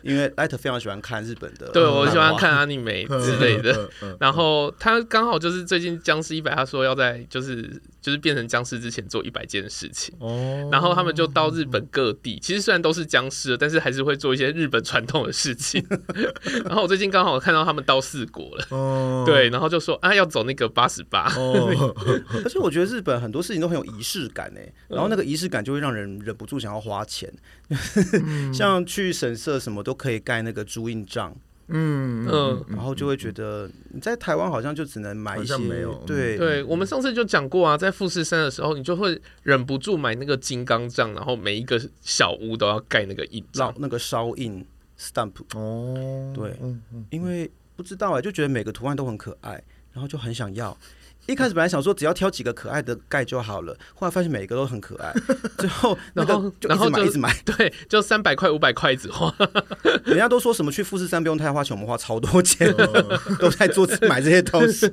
[SPEAKER 2] 因为 Light 非常喜欢看日本的漫画，
[SPEAKER 1] 对我喜欢看阿尼美之类的。
[SPEAKER 3] 嗯，嗯
[SPEAKER 1] 然后他刚好就是最近僵尸一百，他说要在就是就是变成僵尸之前做一百件事情，
[SPEAKER 3] 哦，
[SPEAKER 1] 然后他们就到日本各地，其实虽然都是僵尸了，但是还是会做一些日本传统的事情。然后我最近刚好看到他们到四国了，
[SPEAKER 3] 哦，
[SPEAKER 1] (laughs) 对，然后就说啊要走那个八十八，
[SPEAKER 3] 哦， (laughs)
[SPEAKER 2] 而且我觉得日本很多事情都很有仪式感诶，
[SPEAKER 1] 嗯
[SPEAKER 2] 然后那个仪式感就会让人忍不住想要花钱，
[SPEAKER 1] 嗯
[SPEAKER 2] (laughs) 像去神社什么都可以盖那个朱印章，
[SPEAKER 3] 嗯
[SPEAKER 1] 嗯，
[SPEAKER 2] 然后就会觉得你在台湾好像就只能买一
[SPEAKER 3] 好
[SPEAKER 2] 些
[SPEAKER 3] 像没有嗯
[SPEAKER 2] 对
[SPEAKER 1] 对我们上次就讲过啊，在富士山的时候，你就会忍不住买那个金刚杖，然后每一个小屋都要盖那个印
[SPEAKER 2] 烙
[SPEAKER 1] 章。
[SPEAKER 2] 那个烧印 stamp，
[SPEAKER 3] 哦，
[SPEAKER 2] 对
[SPEAKER 3] 嗯嗯。
[SPEAKER 1] (laughs)
[SPEAKER 2] 欸因为不知道哎、就觉得每个图案都很可爱，然后就很想要。一开始本来想说只要挑几个可爱的盖就好了，后来发现每一个都很可爱，最后那
[SPEAKER 1] 然后
[SPEAKER 2] 个
[SPEAKER 1] (laughs)
[SPEAKER 2] 就一
[SPEAKER 1] 然后
[SPEAKER 2] 直买
[SPEAKER 1] 就
[SPEAKER 2] 一直买。
[SPEAKER 1] 对，就三百块、五百块一直花，
[SPEAKER 3] (laughs)
[SPEAKER 2] 人家都说什么去富士山不用太花钱，我们花超多钱，
[SPEAKER 3] 嗯
[SPEAKER 2] (laughs) 都在做买这些东
[SPEAKER 3] (laughs)
[SPEAKER 2] 西。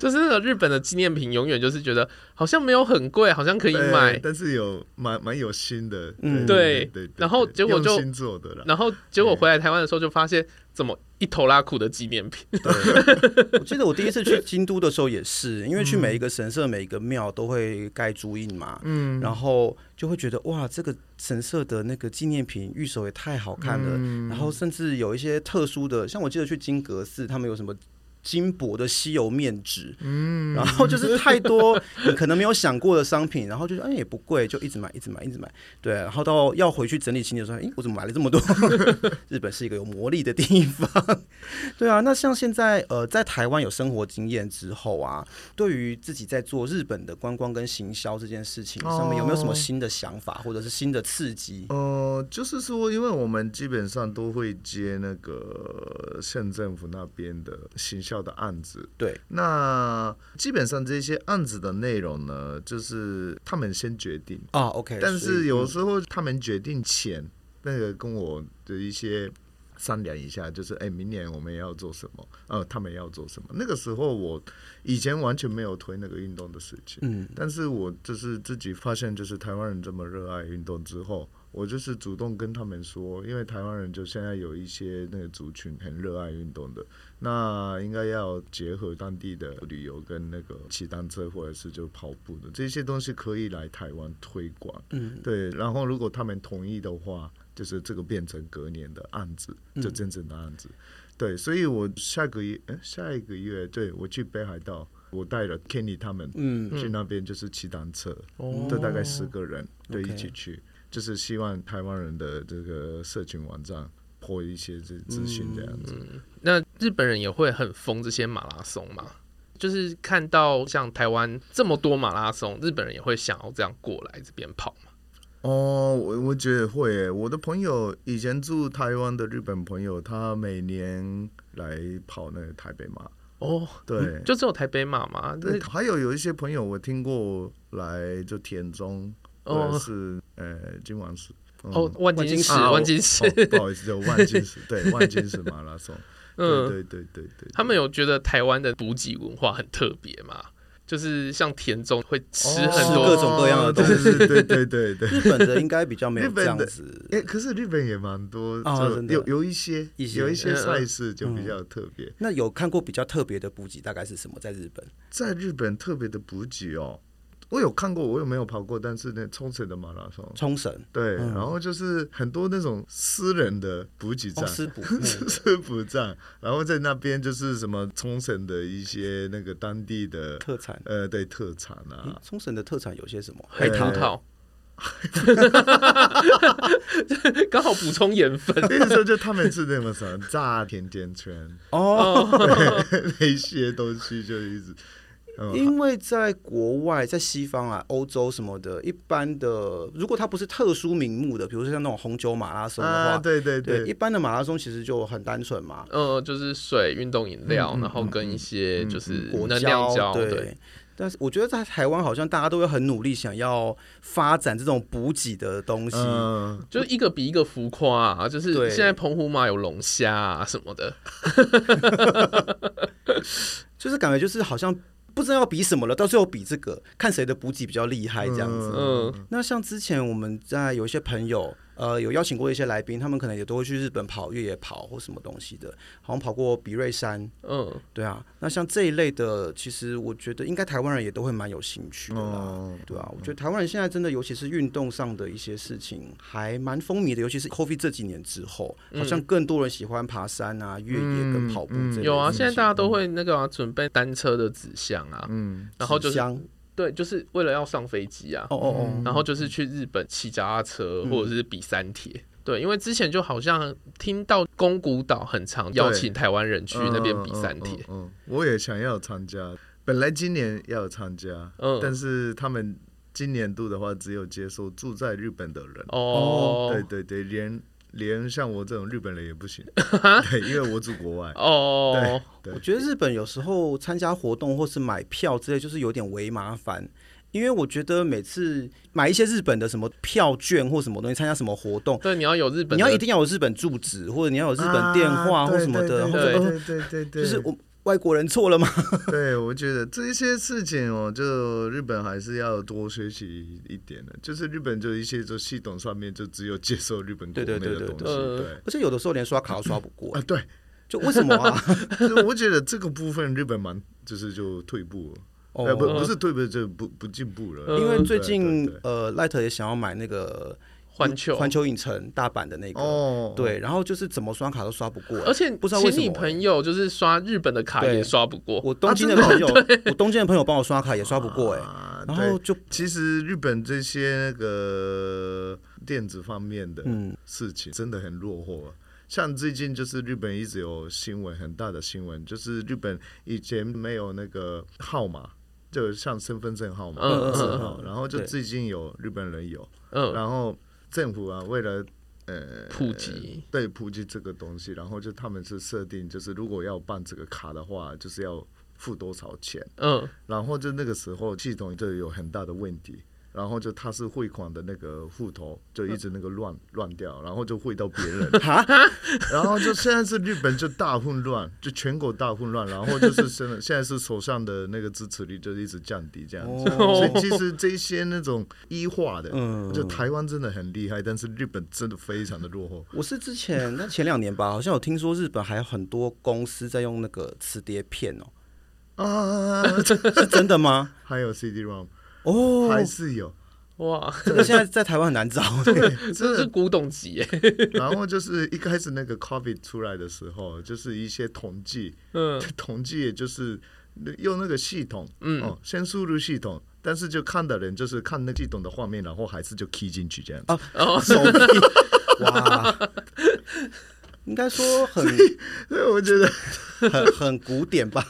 [SPEAKER 1] 就是那个日本的纪念品，永远就是觉得好像没有很贵，好像可以
[SPEAKER 3] 对
[SPEAKER 1] 买，
[SPEAKER 3] 哎但是有蛮蛮有心的，
[SPEAKER 2] 嗯
[SPEAKER 3] 对
[SPEAKER 1] 对
[SPEAKER 3] 对对，
[SPEAKER 1] 然后
[SPEAKER 3] 对
[SPEAKER 1] 结果就
[SPEAKER 3] 用心做的啦，
[SPEAKER 1] 然后结果回来台湾的时候就发现，怎么一头拉苦的纪念品？
[SPEAKER 2] 我记得我第一次去京都的时候也是，因为去每一个神社、每一个庙都会盖朱印嘛，
[SPEAKER 3] 嗯，
[SPEAKER 2] 然后就会觉得哇，这个神社的那个纪念品玉手也太好看了。
[SPEAKER 3] 嗯
[SPEAKER 2] 然后甚至有一些特殊的，像我记得去金阁寺，他们有什么金箔的稀有面纸，
[SPEAKER 3] 嗯，
[SPEAKER 2] 然后就是太多 (laughs) 你可能没有想过的商品，然后就是哎也不贵，就一直买，一直买，一直买。对，然后到要回去整理行李的时候，哎，我怎么买了这么多？ (laughs) 日本是一个有魔力的地方，对啊。那像现在呃，在台湾有生活经验之后啊，对于自己在做日本的观光跟行销这件事情上面，有没有什么
[SPEAKER 3] 哦
[SPEAKER 2] 新的想法或者是新的刺激？
[SPEAKER 3] 呃，就是说，因为我们基本上都会接那个县政府那边的行销的案子，
[SPEAKER 2] 对，
[SPEAKER 3] 那基本上这些案子的内容呢，就是他们先决定，
[SPEAKER 2] 啊，OK，
[SPEAKER 3] 但
[SPEAKER 2] 所
[SPEAKER 3] 是
[SPEAKER 2] 以
[SPEAKER 3] 有时候他们决定前，那个跟我的一些商量一下，就是哎、明年我们要做什么，呃，他们要做什么。那个时候我以前完全没有推那个运动的事情，
[SPEAKER 2] 嗯，
[SPEAKER 3] 但是我就是自己发现，就是台湾人这么热爱运动之后。我就是主动跟他们说，因为台湾人就现在有一些那个族群很热爱运动的，那应该要结合当地的旅游跟那个骑单车或者是就跑步的这些东西，可以来台湾推广。
[SPEAKER 2] 嗯，
[SPEAKER 3] 对，然后如果他们同意的话，就是这个变成隔年的案子，
[SPEAKER 2] 嗯
[SPEAKER 3] 就真正的案子。对，所以我下个月，诶下一个月，对我去北海道，我带了 Kenny 他们，
[SPEAKER 2] 嗯，
[SPEAKER 3] 去那边就是骑单车，
[SPEAKER 1] 哦
[SPEAKER 3] 这大概十个人，对，
[SPEAKER 2] OK
[SPEAKER 3] 一起去，就是希望台湾人的这个社群网站破一些这资讯这样子。
[SPEAKER 2] 嗯
[SPEAKER 1] 那日本人也会很疯这些马拉松嘛？就是看到像台湾这么多马拉松，日本人也会想要这样过来这边跑嘛？
[SPEAKER 3] 哦，我我觉得会耶。我的朋友以前住台湾的日本朋友，他每年来跑那个台北马，
[SPEAKER 1] 哦，
[SPEAKER 2] 嗯
[SPEAKER 3] 对，
[SPEAKER 1] 就只有台北马嘛？那
[SPEAKER 3] 对，还有有一些朋友我听过来就田中或者
[SPEAKER 1] 哦
[SPEAKER 3] 是呃金王寺。嗯
[SPEAKER 1] 哦，，万金石，
[SPEAKER 3] 啊
[SPEAKER 1] 万金石，
[SPEAKER 3] 哦不好意思，有万金
[SPEAKER 1] (laughs)
[SPEAKER 3] 石，对，万金石马拉松，对
[SPEAKER 1] 嗯，
[SPEAKER 3] 对对对对，
[SPEAKER 1] 他们有觉得台湾的补给文化很特别嘛？就是像田中会吃很
[SPEAKER 3] 哦
[SPEAKER 1] 多，
[SPEAKER 2] 各种各样的东
[SPEAKER 3] 西，对对对对对。
[SPEAKER 2] 日本的应该比较没有
[SPEAKER 3] 日本
[SPEAKER 2] 这
[SPEAKER 3] 的
[SPEAKER 2] 样子。
[SPEAKER 3] 哎，可是日本也蛮多，
[SPEAKER 2] 啊
[SPEAKER 3] 就
[SPEAKER 2] 真的
[SPEAKER 3] 有有一些
[SPEAKER 2] 一些
[SPEAKER 3] 有一些
[SPEAKER 1] 嗯嗯
[SPEAKER 3] 赛事就比较特别，
[SPEAKER 2] 那有看过比较特别的补给大概是什么？在日本
[SPEAKER 3] 在日本特别的补给哦。我有看过，我有没有跑过？但是呢，冲绳的马拉松，
[SPEAKER 2] 冲绳
[SPEAKER 3] 对，
[SPEAKER 2] 嗯
[SPEAKER 3] 然后就是很多那种私人的补给站
[SPEAKER 2] 哦，，师补
[SPEAKER 3] 是 (laughs) 不站，然后在那边就是什么冲绳的一些那个当地的
[SPEAKER 2] 特产。
[SPEAKER 3] 呃对特产
[SPEAKER 2] 诶
[SPEAKER 3] 啊，
[SPEAKER 2] 冲绳的特产有些什么？
[SPEAKER 1] 海
[SPEAKER 3] 呃
[SPEAKER 1] 葡萄， (laughs) 刚好补充盐分。 (laughs)
[SPEAKER 3] 那个时候就他们吃那种什么炸甜甜圈 (laughs)
[SPEAKER 2] 哦，
[SPEAKER 3] 那些东西，就一直嗯
[SPEAKER 2] 因为在国外，在西方啊，欧洲什么的，一般的，如果它不是特殊名目的，比如说像那种红酒马
[SPEAKER 1] (laughs)
[SPEAKER 2] 拉松的话，
[SPEAKER 3] 啊，对对
[SPEAKER 2] 对一
[SPEAKER 3] 对，
[SPEAKER 2] 般的马拉松其实就很单纯嘛，
[SPEAKER 1] 呃，就是水、运动饮料，
[SPEAKER 3] 嗯嗯
[SPEAKER 1] 然后跟一些就是
[SPEAKER 2] 果
[SPEAKER 1] 嗯能量胶，
[SPEAKER 2] 嗯对。
[SPEAKER 1] 对，
[SPEAKER 2] 但是我觉得在台湾好像大家都会很努力想要发展这种补给的东西，
[SPEAKER 3] 嗯，
[SPEAKER 1] 就是一个比一个浮夸啊！就是
[SPEAKER 2] 对
[SPEAKER 1] 现在澎湖嘛有龙虾啊什么的，
[SPEAKER 2] 就是感觉就是好像不知道要比什么了，到最后比这个，看谁的补给比较厉害这样子。
[SPEAKER 1] 嗯，
[SPEAKER 2] 那像之前我们在有一些朋友，呃，有邀请过一些来宾，他们可能也都会去日本跑越野跑或什么东西的，好像跑过比瑞山，
[SPEAKER 1] 嗯，
[SPEAKER 2] 对啊。那像这一类的，其实我觉得应该台湾人也都会蛮有兴趣的啦。
[SPEAKER 3] 哦，
[SPEAKER 2] 对啊，我觉得台湾人现在真的，尤其是运动上的一些事情，还蛮风靡的。尤其是 COVID 这几年之后，
[SPEAKER 1] 嗯
[SPEAKER 2] 好像更多人喜欢爬山啊、越野跟跑步这类
[SPEAKER 3] 嗯
[SPEAKER 2] 的事情。
[SPEAKER 1] 有啊，现在大家都会那个啊，准备单车的纸箱啊，
[SPEAKER 3] 嗯，
[SPEAKER 1] 然后就是
[SPEAKER 2] 香
[SPEAKER 1] 对，就是为了要上飞机啊，
[SPEAKER 2] 哦哦哦，
[SPEAKER 1] 然后就是去日本骑脚踏车
[SPEAKER 2] 嗯
[SPEAKER 1] 或者是比三铁。对，因为之前就好像听到宫古岛很常邀请台湾人去那边比三铁，
[SPEAKER 3] 嗯，嗯嗯我也想要参加，本来今年要参加，
[SPEAKER 1] 嗯
[SPEAKER 3] 但是他们今年度的话，只有接受住在日本的人。
[SPEAKER 1] 哦，
[SPEAKER 3] 对对对，连连像我这种日本人也不
[SPEAKER 1] (laughs)
[SPEAKER 3] 行，对，因为我住国外。
[SPEAKER 1] 哦，
[SPEAKER 3] 对
[SPEAKER 2] 我觉得日本有时候参加活动或是买票之类，就是有点为麻烦，因为我觉得每次买一些日本的什么票券或什么东西，参加什么活动，
[SPEAKER 1] 对，你要有日本的，
[SPEAKER 2] 你要一定要有日本住址，或者你要有日本电话或什么的，
[SPEAKER 3] 啊
[SPEAKER 2] 或
[SPEAKER 3] 对
[SPEAKER 2] 者
[SPEAKER 3] 对对对对对，
[SPEAKER 2] 就是我外国人错了吗？ (laughs)
[SPEAKER 3] 对，我觉得这些事情哦，就日本还是要多学习一点的。就是日本就一些就系统上面就只有接受日本
[SPEAKER 2] 对
[SPEAKER 3] 国
[SPEAKER 2] 对
[SPEAKER 3] 内的
[SPEAKER 2] 对对
[SPEAKER 3] 东西，
[SPEAKER 1] 对呃
[SPEAKER 3] 对
[SPEAKER 2] 而且有的时候连刷卡都刷不过
[SPEAKER 3] (laughs) 啊，，对，
[SPEAKER 2] 就为什么
[SPEAKER 3] (laughs)
[SPEAKER 2] 啊？
[SPEAKER 3] 就是我觉得这个部分日本蛮就是就退步了，
[SPEAKER 2] 哦呃
[SPEAKER 3] 呃，不不是退步，就不不进步了。
[SPEAKER 1] 嗯
[SPEAKER 2] 因为最
[SPEAKER 3] 对
[SPEAKER 2] 近
[SPEAKER 3] 对对
[SPEAKER 2] 呃，Light 也想要买那个
[SPEAKER 1] 环球，
[SPEAKER 2] 环球影城大阪的那个，
[SPEAKER 3] 哦，
[SPEAKER 2] 对，然后就是怎么刷卡都刷不过，
[SPEAKER 1] 而且
[SPEAKER 2] 不知道为
[SPEAKER 1] 请
[SPEAKER 2] 什
[SPEAKER 1] 你
[SPEAKER 2] 么欸。
[SPEAKER 1] 朋友啊就是刷日本的卡
[SPEAKER 2] 对
[SPEAKER 1] 也刷不过，
[SPEAKER 2] 我东京的朋友，
[SPEAKER 1] (laughs)
[SPEAKER 2] 我东京的朋友帮我刷卡也刷不过哎，
[SPEAKER 3] 啊，
[SPEAKER 2] 然
[SPEAKER 3] 对
[SPEAKER 2] 后就
[SPEAKER 3] 其实日本这些那个电子方面的
[SPEAKER 2] 嗯
[SPEAKER 3] 事情真的很落后啊。像最近就是日本一直有新闻，很大的新闻，就是日本以前没有那个号码，就像身份证号码、
[SPEAKER 1] 嗯嗯嗯
[SPEAKER 3] 字号，然后就
[SPEAKER 2] 对
[SPEAKER 3] 最近有日本人有，
[SPEAKER 1] 嗯，
[SPEAKER 3] 然后政府啊为了呃
[SPEAKER 1] 普及，
[SPEAKER 3] 对普及这个东西，然后就他们是设定，就是如果要办这个卡的话，就是要付多少钱。
[SPEAKER 1] 嗯，
[SPEAKER 3] 然后就那个时候系统就有很大的问题，然后就他是汇款的那个户头就一直那个
[SPEAKER 2] (laughs)
[SPEAKER 3] 乱乱掉，然后就汇到别人，然后就现在是日本就大混乱，就全国大混乱，然后就是现在现在是手上的那个支持率就一直降低这样子，所以其实这些那种医化的，
[SPEAKER 2] 哦嗯
[SPEAKER 3] 就台湾真的很厉害，但是日本真的非常的落后。
[SPEAKER 2] 我是之前那前两年吧，好像有听说日本还有很多公司在用那个磁碟片哦，
[SPEAKER 3] 啊， (laughs)
[SPEAKER 2] 是真的吗？
[SPEAKER 3] 还有 CD-ROM，
[SPEAKER 2] 哦，
[SPEAKER 3] (laughs) 还是有，
[SPEAKER 1] 哇，
[SPEAKER 2] 这个现在在台湾很难找，
[SPEAKER 1] (laughs) 这是古董级耶，
[SPEAKER 3] 然后就是一开始那个 COVID 出来的时候，就是一些统计，
[SPEAKER 1] 嗯，
[SPEAKER 3] 统计也就是用那个系统，嗯，哦，先输入系统，但是就看的人就是看那个系统的画面，然后还是就 key 进去这样。
[SPEAKER 2] 啊手
[SPEAKER 3] (laughs)
[SPEAKER 2] 臂，哇，应该说很
[SPEAKER 3] 所以我觉得，
[SPEAKER 2] 很很古典吧。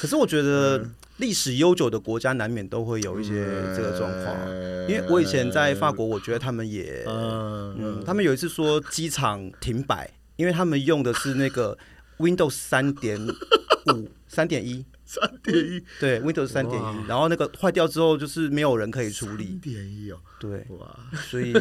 [SPEAKER 2] 可是我觉
[SPEAKER 3] 嗯
[SPEAKER 2] 得历史悠久的国家难免都会有一些这个状况，啊
[SPEAKER 3] 呃
[SPEAKER 2] 因为我以前在法国，我觉得他们也，
[SPEAKER 3] 嗯，
[SPEAKER 2] 嗯，他们有一次说机场停摆，因为他们用的是那 (laughs) 个 Windows 三点五、三点一，
[SPEAKER 3] (laughs) 三点一，
[SPEAKER 2] 对 Windows 三点一，然后那个坏掉之后就是没有人可以处
[SPEAKER 3] 一
[SPEAKER 2] 理，
[SPEAKER 3] 点一哦，
[SPEAKER 2] 对， (laughs)
[SPEAKER 3] 哇，
[SPEAKER 2] 所以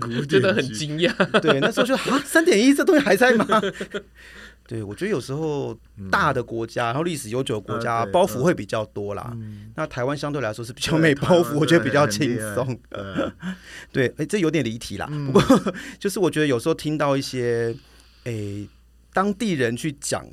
[SPEAKER 3] 古典
[SPEAKER 1] 真的很
[SPEAKER 3] 级
[SPEAKER 1] 惊讶，
[SPEAKER 2] 对，那时候就啊，三点一这东西还在吗？ (laughs) 对，我觉得有时候大的国家，然后历史悠久的国家、
[SPEAKER 3] 啊对
[SPEAKER 2] 包袱会比较多啦。那台湾嗯相对来说是比较没
[SPEAKER 3] 对
[SPEAKER 2] 包袱，我觉得比较
[SPEAKER 3] 台湾
[SPEAKER 2] 轻
[SPEAKER 3] 真的很
[SPEAKER 2] 松。
[SPEAKER 3] 厉害对
[SPEAKER 2] 对，哎、这有点离题啦。
[SPEAKER 3] 嗯
[SPEAKER 2] 不过就是我觉得有时候听到一些诶、当地人去讲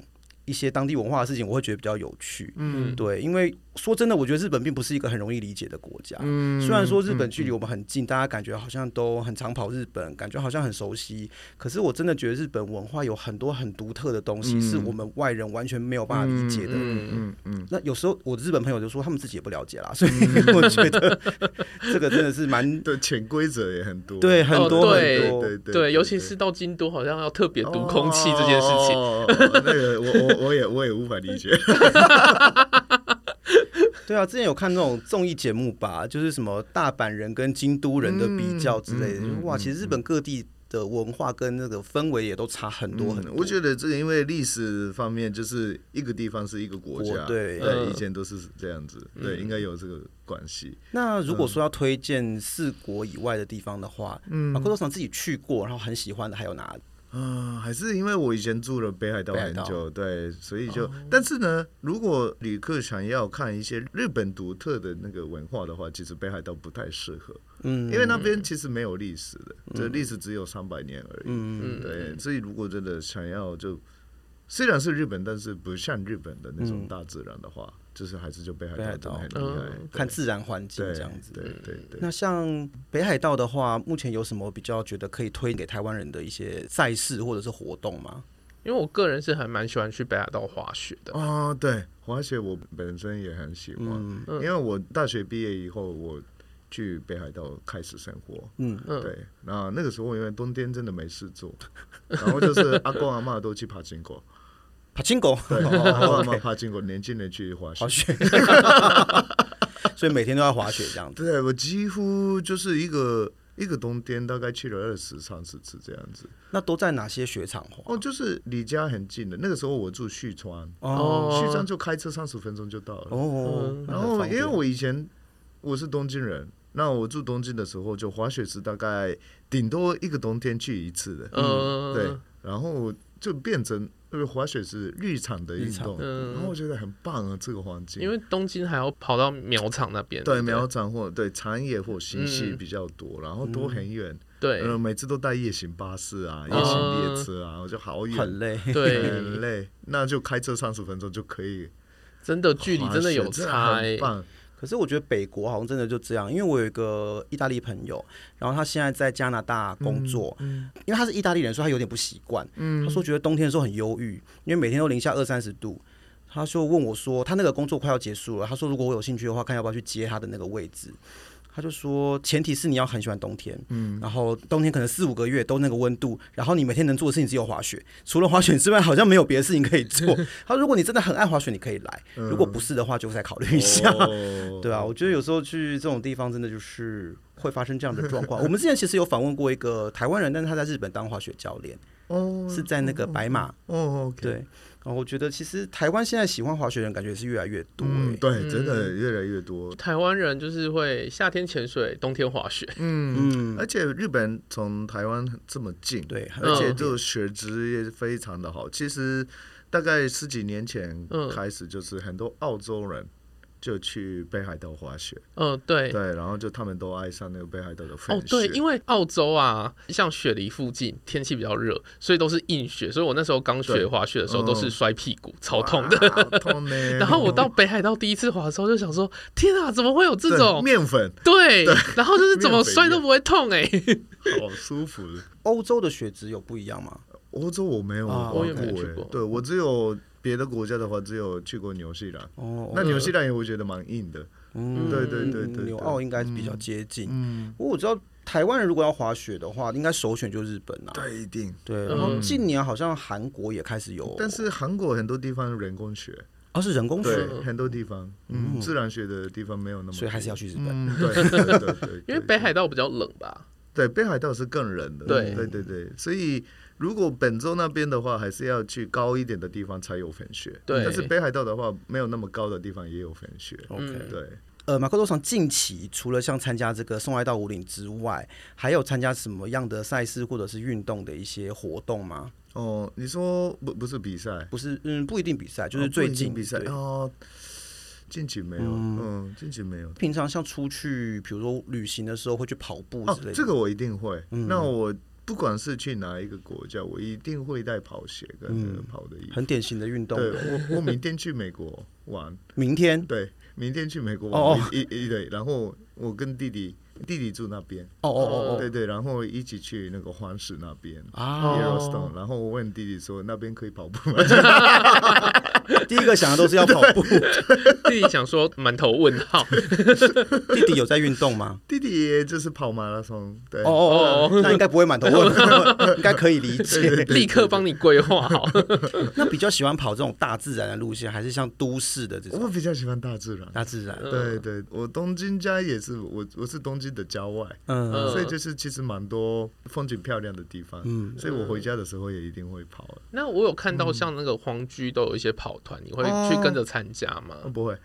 [SPEAKER 2] 一些当地文化的事情，我会觉得比较有趣。
[SPEAKER 1] 嗯，
[SPEAKER 2] 对，因为说真的，我觉得日本并不是一个很容易理解的国家。
[SPEAKER 3] 嗯
[SPEAKER 2] 虽然说日本距离我们很近，大家感觉好像都很常跑日本，感觉好像很熟悉。可是我真的觉得日本文化有很多很独特的东西，
[SPEAKER 3] 嗯
[SPEAKER 2] 是我们外人完全没有办法理解的。
[SPEAKER 1] 嗯，
[SPEAKER 3] 嗯嗯，
[SPEAKER 2] 那有时候我的日本朋友就说他们自己也不了解啦，所以我觉得 (laughs) 这个真的是蛮
[SPEAKER 3] 对，潜规则也很多，
[SPEAKER 2] 对很多
[SPEAKER 1] 哦
[SPEAKER 2] 很
[SPEAKER 1] 对
[SPEAKER 2] 多。
[SPEAKER 3] 对
[SPEAKER 1] 对，尤其是到京都，好像要特别
[SPEAKER 2] 哦
[SPEAKER 1] 读空气这件事情，
[SPEAKER 3] 哦那个我我我也我也无法理解。
[SPEAKER 2] 对啊，之前有看那种综艺节目吧，就是什么大阪人跟京都人的比较之类的，
[SPEAKER 3] 嗯嗯
[SPEAKER 2] 就是哇，其实日本各地的文化跟那个氛围也都差很多很多。
[SPEAKER 3] 嗯我觉得这个因为历史方面，就是一个地方是一个国家，
[SPEAKER 2] 国对
[SPEAKER 1] 嗯
[SPEAKER 3] 以前都是这样子，对，应该有这个关系。
[SPEAKER 2] 那
[SPEAKER 3] 嗯
[SPEAKER 2] 如果说要推荐四国以外的地方的话，嗯，马克多桑自己去过，然后很喜欢的还有哪里？
[SPEAKER 3] 啊，还是因为我以前住了北海道
[SPEAKER 2] 北海
[SPEAKER 3] 很
[SPEAKER 2] 道
[SPEAKER 3] 久，对，所以就，但是呢，如果旅客想要看一些日本独特的那个文化的话，其实北海道不太适合，
[SPEAKER 2] 嗯，
[SPEAKER 3] 因为那边其实没有历史的，这历史只有三百年而已。
[SPEAKER 1] 嗯，
[SPEAKER 3] 对，所以如果真的想要就，虽然是日本，但是不像日本的那种大自然的话，就是还是就北海
[SPEAKER 2] 嗯北海
[SPEAKER 3] 道
[SPEAKER 2] 道
[SPEAKER 3] 真的很厉害，
[SPEAKER 1] 嗯
[SPEAKER 3] 对
[SPEAKER 2] 看自然环境
[SPEAKER 3] 对
[SPEAKER 2] 这样子。嗯
[SPEAKER 3] 对对对。
[SPEAKER 2] 那像北海道的话，目前有什么比较觉得可以推给台湾人的一些赛事或者是活动吗？
[SPEAKER 1] 因为我个人是还蛮喜欢去北海道滑雪的，
[SPEAKER 3] 哦，对，滑雪我本身也很喜欢，
[SPEAKER 2] 嗯
[SPEAKER 3] 因为我大学毕业以后，我去北海道开始生活。
[SPEAKER 2] 嗯，
[SPEAKER 1] 嗯
[SPEAKER 3] 对，那那个时候因为冬天真的没事
[SPEAKER 2] (laughs)
[SPEAKER 3] 做，然后就是阿公阿嬷都去爬金狗，
[SPEAKER 2] 爬青狗， (laughs)
[SPEAKER 3] 对，阿公阿嬷爬金狗，年轻人去滑雪
[SPEAKER 2] 滑。雪， (laughs) 所以每天都要滑雪这样子。
[SPEAKER 3] 对我几乎就是一个，一个冬天大概去了二十场十次这样子。
[SPEAKER 2] 那都在哪些雪场滑？
[SPEAKER 3] 哦，就是离家很近的，那个时候我住旭川，
[SPEAKER 1] 哦
[SPEAKER 3] 旭川就开车三十分钟就到了。
[SPEAKER 2] 哦，那
[SPEAKER 3] 然
[SPEAKER 2] 很
[SPEAKER 3] 后
[SPEAKER 2] 方
[SPEAKER 3] 因为
[SPEAKER 2] 便
[SPEAKER 3] 我以前我是东京人，那我住东京的时候，就滑雪是大概顶多一个冬天去一次的，
[SPEAKER 1] 嗯，
[SPEAKER 3] 对，然后就变成因为滑雪是日常的运
[SPEAKER 2] 日常
[SPEAKER 3] 动，
[SPEAKER 1] 嗯
[SPEAKER 3] 然后我觉得很棒啊，这个环境，
[SPEAKER 1] 因为东京还要跑到苗场那边，
[SPEAKER 3] 对
[SPEAKER 1] 不
[SPEAKER 3] 苗场或对长野或新系
[SPEAKER 1] 嗯
[SPEAKER 3] 比较多，然后都很远，
[SPEAKER 1] 对嗯
[SPEAKER 3] 呃，每次都搭夜行巴士啊、夜行列车啊，我就好远，
[SPEAKER 2] 很累。
[SPEAKER 1] 对，
[SPEAKER 3] (laughs) 很累，那就开车三十分钟就可以，
[SPEAKER 1] 真的距离真的有差
[SPEAKER 3] 滑雪真的
[SPEAKER 1] 欸
[SPEAKER 3] 很，棒，
[SPEAKER 2] 可是我觉得北国好像真的就这样，因为我有一个意大利朋友，然后他现在在加拿大工作，因为他是意大利人，所以他有点不习惯。
[SPEAKER 3] 嗯
[SPEAKER 2] 他说觉得冬天的时候很忧郁，因为每天都零下二三十度。他就问我说，他那个工作快要结束了，他说如果我有兴趣的话，看要不要去接他的那个位置。他就说，前提是你要很喜欢冬天，嗯，然后冬天可能四五个月都那个温度，然后你每天能做的事情只有滑雪，除了滑雪之外，好像没有别的事情可以
[SPEAKER 3] (laughs)
[SPEAKER 2] 做。他说，如果你真的很爱滑雪，你可以来；如果不是的话，就再考虑一下。
[SPEAKER 3] 哦
[SPEAKER 2] 对啊，我觉得有时候去这种地方，真的就是会发生这样的状
[SPEAKER 3] (laughs)
[SPEAKER 2] 况。我们之前其实有访问过一个台湾人，但是他在日本当滑雪教练，
[SPEAKER 3] 哦
[SPEAKER 2] 是在那个白马。
[SPEAKER 3] 哦，OK，
[SPEAKER 2] 对，然后我觉得其实台湾现在喜欢滑雪的人感觉是越来越多、
[SPEAKER 3] 嗯，
[SPEAKER 2] 欸
[SPEAKER 3] 对，真的越来越多，
[SPEAKER 1] 台湾人就是会夏天潜水，冬天滑
[SPEAKER 3] (laughs)
[SPEAKER 1] 雪，
[SPEAKER 3] 嗯，而且日本从台湾这么近，
[SPEAKER 2] 对，很
[SPEAKER 3] 而且
[SPEAKER 1] 嗯
[SPEAKER 3] 这个学制也非常的好。其实大概十几年前
[SPEAKER 1] 嗯
[SPEAKER 3] 开始，就是很多澳洲人就去北海道滑雪，
[SPEAKER 1] 嗯，对。
[SPEAKER 3] 对，然后就他们都爱上那个北海道的
[SPEAKER 1] 哦
[SPEAKER 3] 粉，雪。
[SPEAKER 1] 对，因为澳洲啊，像雪梨附近天气比较热，所以都是硬雪，所以我那时候刚学
[SPEAKER 3] 对
[SPEAKER 1] 滑雪的时候
[SPEAKER 3] 嗯
[SPEAKER 1] 都是摔屁股，超
[SPEAKER 3] 好
[SPEAKER 1] 痛的。
[SPEAKER 3] 痛呢。
[SPEAKER 1] (laughs) 然后我到北海道第一次滑的时候，就想说：天啊，怎么会有这
[SPEAKER 3] (laughs) 对
[SPEAKER 1] 种？
[SPEAKER 3] 面粉
[SPEAKER 1] 对，然后就是怎么
[SPEAKER 3] 面粉
[SPEAKER 1] 摔
[SPEAKER 3] 面
[SPEAKER 1] 都不会痛哎、
[SPEAKER 3] 好舒服。
[SPEAKER 2] 欧洲的雪质有不一样吗？
[SPEAKER 3] 欧洲我没有
[SPEAKER 2] 啊
[SPEAKER 3] 滑
[SPEAKER 2] 我
[SPEAKER 3] 过
[SPEAKER 1] 也没去
[SPEAKER 3] 欸
[SPEAKER 1] 过
[SPEAKER 3] 对我只有别的国家的话，只有去过纽西兰。
[SPEAKER 2] 哦，
[SPEAKER 3] 那纽西兰也我觉得蛮硬的，
[SPEAKER 2] 嗯
[SPEAKER 3] 对对对对对
[SPEAKER 2] 纽澳应该是比较接近。
[SPEAKER 3] 嗯，
[SPEAKER 2] 不过我知道台湾人如果要滑雪的话，应该首选就日本啊。
[SPEAKER 3] 对，一定。
[SPEAKER 2] 对，然后近年好像韩国也开始有，
[SPEAKER 3] 但是韩国很多地方人工雪，
[SPEAKER 2] 而、是人工雪，
[SPEAKER 3] 对，很多地方，嗯，自然学的地方没有那么，
[SPEAKER 2] 所以还是要去日本。
[SPEAKER 3] 嗯，对对对对对，
[SPEAKER 1] 因为北海道比较冷吧？
[SPEAKER 3] 对北海道是更冷的，
[SPEAKER 1] 对
[SPEAKER 3] 对对对，所以如果本州那边的话，还是要去高一点的地方才有粉雪，
[SPEAKER 1] 对
[SPEAKER 3] 但是北海道的话，没有那么高的地方也有粉雪，
[SPEAKER 2] OK，
[SPEAKER 3] 对，
[SPEAKER 2] 呃，马克多上近期除了像参加这个送爱到五岭之外，还有参加什么样的赛事或者是运动的一些活动吗？
[SPEAKER 3] 哦，你说不不是比赛，
[SPEAKER 2] 不是，嗯，不一定比赛，就
[SPEAKER 3] 哦
[SPEAKER 2] 是
[SPEAKER 3] 不
[SPEAKER 2] 最
[SPEAKER 3] 一定
[SPEAKER 2] 近、
[SPEAKER 3] 比赛
[SPEAKER 2] 对
[SPEAKER 3] 哦，近期没有，嗯，近期没有，
[SPEAKER 2] 平常像出去，比如说旅行的时候会去跑步
[SPEAKER 3] 哦
[SPEAKER 2] 之类的。，嗯
[SPEAKER 3] 这个我一定会。那我不管是去哪一个国家，我一定会带跑鞋跟那个跑的衣服。
[SPEAKER 2] 嗯很典型的运动。
[SPEAKER 3] 对我，我明天去美国玩，
[SPEAKER 2] 明天
[SPEAKER 3] 对，明天去美国
[SPEAKER 2] 哦
[SPEAKER 3] 玩，一一一对，然后我跟弟弟，弟弟住那边，
[SPEAKER 2] 哦哦哦
[SPEAKER 3] 对对，然后一起去那个黄石那边。
[SPEAKER 2] 哦啊！
[SPEAKER 3] Yellowstone，然后我问弟弟说那边可以
[SPEAKER 2] (laughs)
[SPEAKER 3] 跑步吗？
[SPEAKER 2] 啊第一个想的都是要跑步。
[SPEAKER 1] 弟弟想说满头问号，
[SPEAKER 2] 弟弟有在运动
[SPEAKER 3] (laughs)
[SPEAKER 2] 吗？
[SPEAKER 3] 弟弟也就是跑马拉松，对，
[SPEAKER 2] 哦哦哦，那应该不会满头问号，应该可以理解。
[SPEAKER 1] 立刻帮你规划好。
[SPEAKER 2] 那比较喜欢跑这种大自然的路线，还是像都市的这
[SPEAKER 3] 我
[SPEAKER 2] 种
[SPEAKER 3] 比较喜欢大自然。
[SPEAKER 2] 大自然？
[SPEAKER 3] 对对，我东京家也是，我我是东京的郊外，
[SPEAKER 2] 嗯，
[SPEAKER 1] 嗯
[SPEAKER 3] 所以就是其实蛮多风景漂亮的地方，
[SPEAKER 2] 嗯
[SPEAKER 3] 所以我回家的时候也一定会跑。
[SPEAKER 1] (laughs) 那我有看到像那个黄居都有一些跑团，你会
[SPEAKER 3] 哦
[SPEAKER 1] 去跟着参加
[SPEAKER 3] 啊
[SPEAKER 1] 吗？
[SPEAKER 2] (laughs)
[SPEAKER 3] 不会，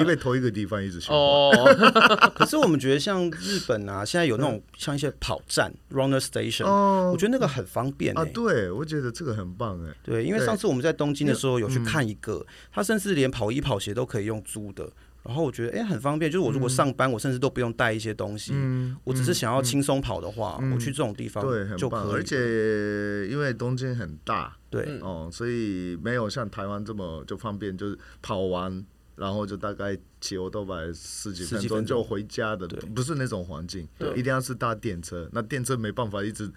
[SPEAKER 3] 因为同一个地方一直循环。
[SPEAKER 1] 哦，
[SPEAKER 2] 可是我们觉得像日本啊，现在有那种像一些跑站 （runner station），、
[SPEAKER 3] 嗯哦
[SPEAKER 2] 我觉得那个很方便、欸
[SPEAKER 3] 啊，对，我觉得这个很棒哎。
[SPEAKER 2] 对，因为
[SPEAKER 3] 对
[SPEAKER 2] 上次我们在东京的时候有去看一个，他甚至连跑衣跑鞋都可以用租的。然后我觉得哎、很方便，就是我如果上班，我甚至都不用带一些东西，
[SPEAKER 3] 嗯
[SPEAKER 2] 我只是想要轻松跑的话，我去这种地方
[SPEAKER 3] 对，很
[SPEAKER 2] 就
[SPEAKER 3] 棒，
[SPEAKER 2] 可以。
[SPEAKER 3] 而且因为东京很大
[SPEAKER 2] 对，
[SPEAKER 1] 嗯
[SPEAKER 3] 哦，所以没有像台湾这么就方便，就是跑完然后就大概骑欧多百十几
[SPEAKER 2] 十
[SPEAKER 3] 分
[SPEAKER 2] 几分钟
[SPEAKER 3] 钟就回家的，
[SPEAKER 2] 对
[SPEAKER 3] 不是那种环境
[SPEAKER 1] 对，
[SPEAKER 3] 一定要是搭电车，那电车没办法一
[SPEAKER 2] (laughs)
[SPEAKER 3] 直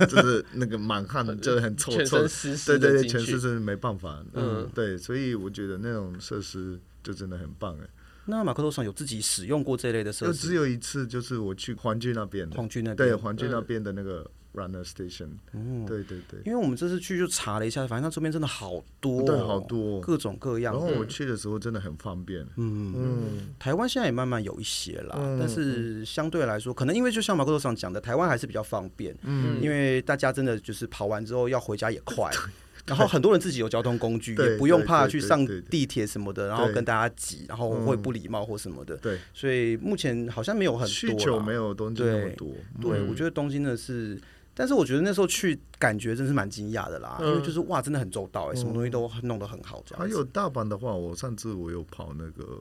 [SPEAKER 3] 就是那个满汉就是很臭
[SPEAKER 1] 全
[SPEAKER 3] 臭
[SPEAKER 1] 身，湿湿
[SPEAKER 3] 对对
[SPEAKER 1] 的
[SPEAKER 3] 对，
[SPEAKER 1] 进
[SPEAKER 3] 全
[SPEAKER 1] 去
[SPEAKER 3] 是。真的没办法，
[SPEAKER 1] 嗯
[SPEAKER 3] 嗯，对，所以我觉得那种设施就真的很棒哎。
[SPEAKER 2] 那马克多上有自己使用过这类的设
[SPEAKER 3] 就只
[SPEAKER 2] 施？
[SPEAKER 3] 有一次，就是我去环剧那边的
[SPEAKER 2] 黄，军那
[SPEAKER 3] 对
[SPEAKER 2] 边
[SPEAKER 3] 环剧那边的那个 runner station。对对对。
[SPEAKER 2] 嗯因为我们这次去就查了一下，反正它周边真的好多、哦，
[SPEAKER 3] 对好多哦
[SPEAKER 2] 各种各样
[SPEAKER 3] 然后
[SPEAKER 2] 的。嗯
[SPEAKER 3] 我去的时候真的很方便，嗯
[SPEAKER 2] 台湾现在也慢慢有一些啦，但是相对来说，可能因为就像马克多上讲的，台湾还是比较方便，嗯，因为大家真的就是跑完之后要回家也
[SPEAKER 3] (laughs)
[SPEAKER 2] 快。然后很多人自己有交通工具，
[SPEAKER 3] 对
[SPEAKER 2] 也不用怕
[SPEAKER 3] 对对
[SPEAKER 2] 去
[SPEAKER 3] 对
[SPEAKER 2] 上
[SPEAKER 3] 对对
[SPEAKER 2] 地铁什么的，然后
[SPEAKER 3] 对
[SPEAKER 2] 跟大家挤，然后会不礼貌或什么的。
[SPEAKER 3] 对，
[SPEAKER 2] 所以目前好像没有很
[SPEAKER 3] 嗯需
[SPEAKER 2] 多
[SPEAKER 3] 求
[SPEAKER 2] 啦
[SPEAKER 3] 没有东京那么
[SPEAKER 2] 对
[SPEAKER 3] 多。嗯
[SPEAKER 2] 对，我觉得东京真的是，但是我觉得那时候去感觉真是蛮惊讶的啦，因为就是哇，真的很周到哎、什么东西都弄得很好这
[SPEAKER 3] 嗯还
[SPEAKER 2] 样子。
[SPEAKER 3] 有大阪的话，我上次我有跑那个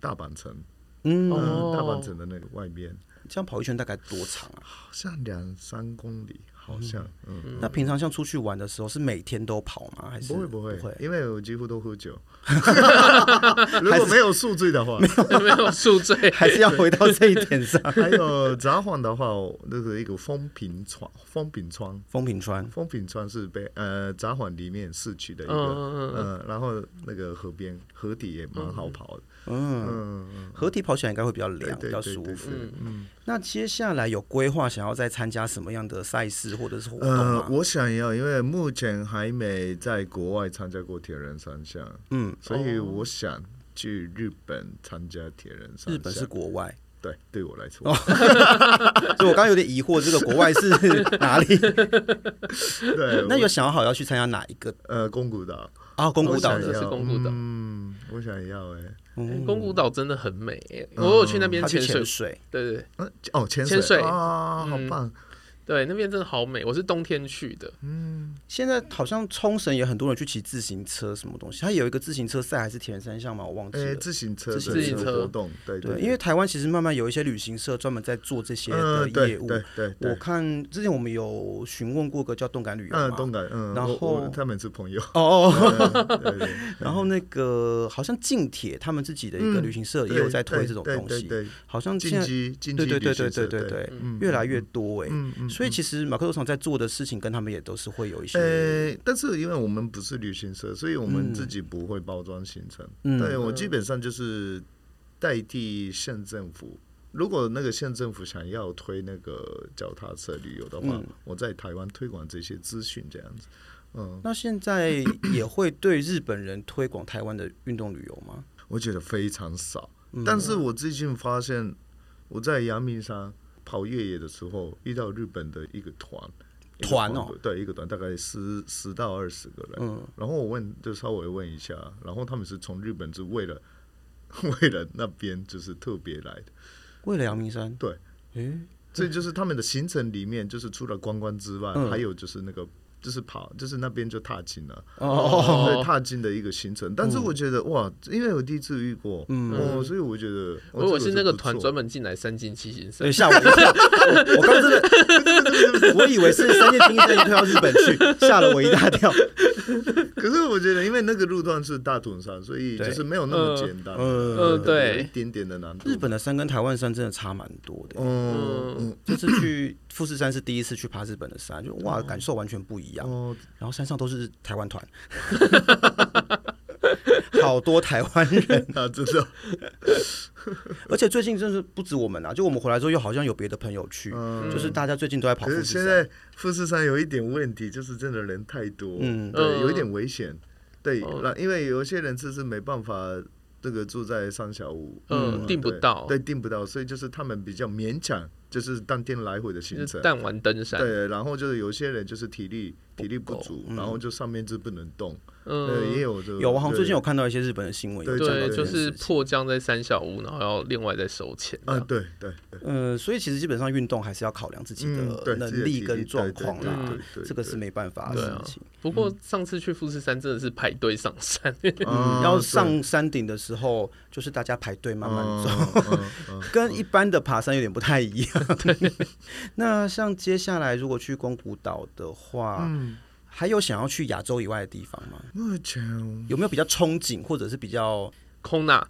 [SPEAKER 3] 大阪城，
[SPEAKER 2] 嗯，
[SPEAKER 1] 哦
[SPEAKER 3] 嗯，大阪城的那个外面，
[SPEAKER 2] 这样跑一圈大概多长啊？
[SPEAKER 3] 好像两三公里，好像，嗯，
[SPEAKER 2] 那平常像出去玩的时候是每天都跑吗？还是
[SPEAKER 3] 不会不会
[SPEAKER 2] 不会， (laughs)
[SPEAKER 3] 因为我几乎都喝酒。如果没有宿醉的话，
[SPEAKER 1] 有没有宿醉？
[SPEAKER 2] 还是要回到这一
[SPEAKER 1] (laughs)
[SPEAKER 2] 点上？
[SPEAKER 3] 还有札幌的话，那个一个风平川，风平川，
[SPEAKER 2] 风平川
[SPEAKER 3] 风平川是北呃札幌里面市区的一
[SPEAKER 1] 嗯
[SPEAKER 3] 个，
[SPEAKER 1] 嗯嗯嗯，
[SPEAKER 3] 嗯，然后那个河边河底也蛮好跑的，嗯，
[SPEAKER 2] 合体跑起来应该会比较凉，比
[SPEAKER 3] 对
[SPEAKER 2] 较
[SPEAKER 3] 对
[SPEAKER 2] 舒
[SPEAKER 3] 对
[SPEAKER 2] 服。
[SPEAKER 1] 嗯
[SPEAKER 3] 嗯，
[SPEAKER 2] 那接下来有规划想要再参加什么样的赛事或者是活
[SPEAKER 1] 嗯
[SPEAKER 2] 动啊
[SPEAKER 3] 呃
[SPEAKER 2] 吗，？
[SPEAKER 3] 我想要，因为目前还没在国外参加过铁人三项，
[SPEAKER 2] 嗯，
[SPEAKER 3] 所以
[SPEAKER 1] 哦
[SPEAKER 3] 我想去日本参加铁人三项。
[SPEAKER 2] 日本是国哦
[SPEAKER 3] (laughs)
[SPEAKER 2] 外，
[SPEAKER 3] 对，对我来说，
[SPEAKER 2] 所以我刚刚有点疑惑，这个国外是哪
[SPEAKER 3] (laughs)
[SPEAKER 2] 里？ (laughs)
[SPEAKER 3] 对，
[SPEAKER 2] 那
[SPEAKER 3] 我
[SPEAKER 2] 有想好要去参加哪一个
[SPEAKER 3] 呃宫古岛，
[SPEAKER 2] 啊？宫古岛
[SPEAKER 1] 我
[SPEAKER 2] 的
[SPEAKER 1] 想是宫古岛
[SPEAKER 3] 嗯，我想要哎，
[SPEAKER 1] 嗯宫古岛真的很美耶，我有去那边
[SPEAKER 2] 他去
[SPEAKER 1] 潜水
[SPEAKER 2] 潜，水，
[SPEAKER 1] 对对
[SPEAKER 3] 嗯哦，潜
[SPEAKER 1] 潜水
[SPEAKER 3] 啊，好
[SPEAKER 1] 嗯
[SPEAKER 3] 棒，
[SPEAKER 1] 对，那边真的好美。我是冬天去的，
[SPEAKER 2] 现在好像冲绳也很多人去骑自行车，什么东西？它有一个自行车赛还是铁人三项嘛，我忘记
[SPEAKER 3] 哎，
[SPEAKER 2] 了。
[SPEAKER 3] 自行车
[SPEAKER 2] 自行
[SPEAKER 1] 车
[SPEAKER 3] 的那个活动，对
[SPEAKER 2] 对，
[SPEAKER 3] 对，
[SPEAKER 2] 因为台湾其实慢慢有一些旅行社专门在做这些的
[SPEAKER 3] 嗯，对
[SPEAKER 2] 业务。
[SPEAKER 3] 对对
[SPEAKER 2] 我
[SPEAKER 3] 对，
[SPEAKER 2] 看之前我们有询问过个叫动感旅游
[SPEAKER 3] 嗯，
[SPEAKER 2] 嘛，
[SPEAKER 3] 动感，嗯，
[SPEAKER 2] 然
[SPEAKER 3] 我我
[SPEAKER 2] 后
[SPEAKER 3] 他们是
[SPEAKER 2] (laughs)
[SPEAKER 3] 朋友，
[SPEAKER 2] 哦哦哦，
[SPEAKER 3] 嗯对对对
[SPEAKER 2] 然后那个好像近铁他们自己的一个
[SPEAKER 3] 嗯
[SPEAKER 2] 旅行 (laughs) 社也
[SPEAKER 3] 对
[SPEAKER 2] 有在推
[SPEAKER 3] 对
[SPEAKER 2] 这种
[SPEAKER 3] 对
[SPEAKER 2] 东
[SPEAKER 3] 对
[SPEAKER 2] 西，
[SPEAKER 3] 对，
[SPEAKER 2] 好像现
[SPEAKER 3] 竞
[SPEAKER 2] 在
[SPEAKER 3] 技竞技
[SPEAKER 2] 对对
[SPEAKER 3] 旅
[SPEAKER 2] 对
[SPEAKER 3] 行
[SPEAKER 2] 对
[SPEAKER 3] 社
[SPEAKER 2] 对对
[SPEAKER 3] 对，
[SPEAKER 2] 对，
[SPEAKER 3] 嗯
[SPEAKER 2] 越来越多哎、
[SPEAKER 3] 嗯嗯，
[SPEAKER 2] 所以其实马克多厂在做的事情跟他们也都是会有一些，
[SPEAKER 3] 呃，但是因为我们不是旅行社，所以我们
[SPEAKER 2] 嗯
[SPEAKER 3] 自己不会包装行程。对
[SPEAKER 2] 嗯
[SPEAKER 3] 我基本上就是代替县政府。如果那个县政府想要推那个脚踏车旅游的话，
[SPEAKER 2] 嗯
[SPEAKER 3] 我在台湾推广这些资讯这样子。嗯，
[SPEAKER 2] 那现在也会对日本人推广台湾的运动旅游吗？
[SPEAKER 3] 我觉得非常少。
[SPEAKER 2] 嗯
[SPEAKER 3] 但是我最近发现，我在阳明山跑越野的时候，遇到日本的一个团，一个
[SPEAKER 2] 团哦
[SPEAKER 3] 队对，一个团大概十十到二十个人。
[SPEAKER 2] 嗯，
[SPEAKER 3] 然后我问，就稍微问一下，然后他们是从日本是为了 (laughs) 为了那边就是特别来的，
[SPEAKER 2] 为了阳明山，
[SPEAKER 3] 对，
[SPEAKER 2] 诶，
[SPEAKER 3] 所以就是他们的行程里面，就是除了观光之外，
[SPEAKER 2] 嗯
[SPEAKER 3] 还有就是那个就是跑，就是那边就踏青了，
[SPEAKER 1] 嗯
[SPEAKER 2] 哦，
[SPEAKER 3] 对，踏青的一个行程。但是我觉得、哇，因为我第一次遇过，
[SPEAKER 2] 嗯
[SPEAKER 3] 哦，所以我觉得
[SPEAKER 1] 我我是那个团专
[SPEAKER 3] 门
[SPEAKER 1] 门进来三进七行
[SPEAKER 2] 对，
[SPEAKER 1] 山，
[SPEAKER 2] 吓我一跳，我我刚真的，我以为是三叶金山推到日本去，吓了我一大跳。
[SPEAKER 3] (laughs) 可是我觉得因为那个路段是大屯山，所以就是没有那么
[SPEAKER 1] 对
[SPEAKER 3] 简单，
[SPEAKER 2] 嗯
[SPEAKER 1] 嗯对
[SPEAKER 3] 有一点点的难
[SPEAKER 2] (laughs)
[SPEAKER 3] 度。
[SPEAKER 2] 日本的山跟台湾山真的差蛮多的。
[SPEAKER 3] 嗯，嗯
[SPEAKER 2] 这次去富士山是第一次去爬日本的山，就哇，感受完全不一样。
[SPEAKER 3] 哦，
[SPEAKER 2] 然后山上都是台湾团，好多台湾人，
[SPEAKER 3] 那真的，
[SPEAKER 2] 而且最近真是不止我们啊，就我们回来之后又好像有别的朋友去，
[SPEAKER 3] 嗯
[SPEAKER 2] 就是大家最近都在跑
[SPEAKER 3] 可
[SPEAKER 2] 富
[SPEAKER 3] 是
[SPEAKER 2] 士
[SPEAKER 3] 现
[SPEAKER 2] 山。
[SPEAKER 3] 在富士山有一点问题，就是真的人太多，
[SPEAKER 2] 嗯
[SPEAKER 3] 对，
[SPEAKER 1] 嗯
[SPEAKER 3] 有一点危险，对，
[SPEAKER 1] 嗯
[SPEAKER 3] 那、因为有些人就是没办法。这个住在三小屋，
[SPEAKER 1] 嗯
[SPEAKER 3] 对
[SPEAKER 1] 订不到
[SPEAKER 3] 对，订不到，所以就是他们比较勉强，就是当天来回的
[SPEAKER 1] 就
[SPEAKER 3] 行
[SPEAKER 1] 是
[SPEAKER 3] 程，
[SPEAKER 1] 弹丸登山，
[SPEAKER 3] 对，然后就是有些人就是体力体力不
[SPEAKER 2] 够
[SPEAKER 3] 足，
[SPEAKER 2] 嗯
[SPEAKER 3] 然后就上面就不能动，对，也
[SPEAKER 1] 嗯，
[SPEAKER 3] 有这个
[SPEAKER 2] 有，我啊好像最近有
[SPEAKER 3] 对
[SPEAKER 2] 看到一些日本的新闻，有
[SPEAKER 3] 对
[SPEAKER 2] 讲到
[SPEAKER 1] 对，
[SPEAKER 2] 这
[SPEAKER 1] 就
[SPEAKER 2] 件
[SPEAKER 1] 是
[SPEAKER 2] 事情。
[SPEAKER 1] 迫降在三小屋，然后要另外再收钱这
[SPEAKER 3] 啊，
[SPEAKER 1] 样。
[SPEAKER 3] 对对对，
[SPEAKER 2] 呃，所以其实基本上运动还是要考量自己
[SPEAKER 3] 嗯对
[SPEAKER 2] 的
[SPEAKER 3] 自己
[SPEAKER 2] 能
[SPEAKER 3] 的
[SPEAKER 2] 力
[SPEAKER 3] 体
[SPEAKER 2] 跟
[SPEAKER 3] 力
[SPEAKER 2] 状
[SPEAKER 3] 对对
[SPEAKER 2] 况
[SPEAKER 3] 对
[SPEAKER 2] 啦
[SPEAKER 3] 对，对
[SPEAKER 2] 这个
[SPEAKER 3] 对
[SPEAKER 2] 是没办法的
[SPEAKER 1] 对
[SPEAKER 2] 事
[SPEAKER 1] 啊
[SPEAKER 2] 情。
[SPEAKER 1] 不
[SPEAKER 3] 嗯
[SPEAKER 1] 过上次去富士山真的是排队上山，
[SPEAKER 2] (laughs)
[SPEAKER 3] 啊
[SPEAKER 2] 嗯要
[SPEAKER 3] 对
[SPEAKER 2] 上山顶的时候，就是大家排队慢慢走，
[SPEAKER 3] 嗯嗯嗯
[SPEAKER 2] (laughs) 跟一般的爬山有点不太一样。 (laughs) 那像接下来如果去宫古岛的话，
[SPEAKER 3] 嗯
[SPEAKER 2] 还有想要去亚洲以外的地方吗？
[SPEAKER 3] 目前
[SPEAKER 2] 有没有比较憧憬或者是比较
[SPEAKER 1] 空娜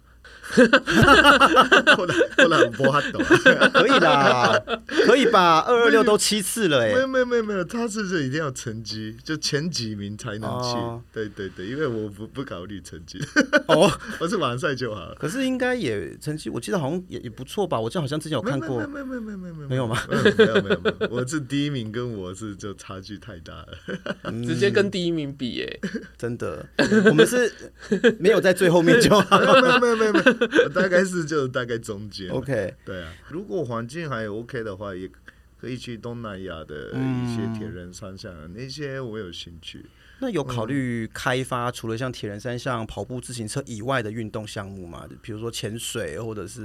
[SPEAKER 3] 后来后来我不懂、啊，
[SPEAKER 2] 可以啦，可以吧？二二六都七次了哎、
[SPEAKER 3] 没有没有没有没有，他是是一定要成绩，就前几名才能去。
[SPEAKER 2] 哦
[SPEAKER 3] 对对对，因为我不不考虑成绩， (laughs)
[SPEAKER 2] 哦，
[SPEAKER 3] 我是完赛就好了。
[SPEAKER 2] 可是应该也成绩，我记得好像也也不错吧？我记得好像之前有看过，
[SPEAKER 3] 没有没有没有没有没有
[SPEAKER 2] 没有吗？
[SPEAKER 3] 没有没有没有，没有我是第一名，跟我是就差距太大
[SPEAKER 2] (laughs)
[SPEAKER 3] 了。
[SPEAKER 1] 直接
[SPEAKER 3] 嗯
[SPEAKER 1] 跟第一名比耶、
[SPEAKER 3] 哎
[SPEAKER 2] 真的，我们是没有在最后面就好。
[SPEAKER 3] 没有没有没有没有，我大概是就大概中间。
[SPEAKER 2] OK，
[SPEAKER 3] 对啊，如果环境还 OK 的话，也可以去东南亚的一些铁人三项、那些，我有兴趣。
[SPEAKER 2] 那有考虑开发除了像铁人三项、跑步、自行车以外的运动项目吗？比如说潜水，或者是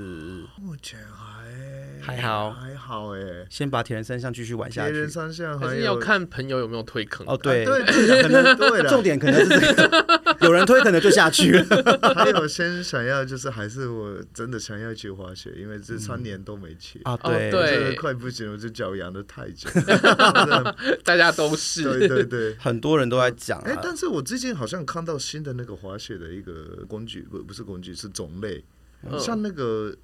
[SPEAKER 3] 目前还
[SPEAKER 2] 还好
[SPEAKER 3] 还好哎、
[SPEAKER 2] 先把铁人三项继续玩下
[SPEAKER 3] 铁人
[SPEAKER 2] 去。
[SPEAKER 3] 三项
[SPEAKER 1] 还
[SPEAKER 3] 还
[SPEAKER 1] 是
[SPEAKER 3] 有
[SPEAKER 1] 要看朋友有没有推坑。
[SPEAKER 2] 哦，
[SPEAKER 3] 啊对
[SPEAKER 2] 对，
[SPEAKER 3] 对，可能对了。
[SPEAKER 2] 重
[SPEAKER 3] (laughs)
[SPEAKER 2] 点可能是这个，有人推可能就下去 (laughs) 了。
[SPEAKER 3] 还有先想要就是还是我真的想要去滑雪，因为这三年都没去。
[SPEAKER 2] 啊，
[SPEAKER 1] 哦
[SPEAKER 2] 对，
[SPEAKER 1] 对
[SPEAKER 3] 真的快不行了，我这脚痒的太久。了。
[SPEAKER 1] 大家都是
[SPEAKER 3] 对对对，
[SPEAKER 2] (laughs) 很多人都在讲
[SPEAKER 3] 哎、
[SPEAKER 2] 啊，
[SPEAKER 3] 但是我最近好像看到新的那个滑雪的一个工具，不不是工具，是种类，
[SPEAKER 1] 嗯
[SPEAKER 3] 像那个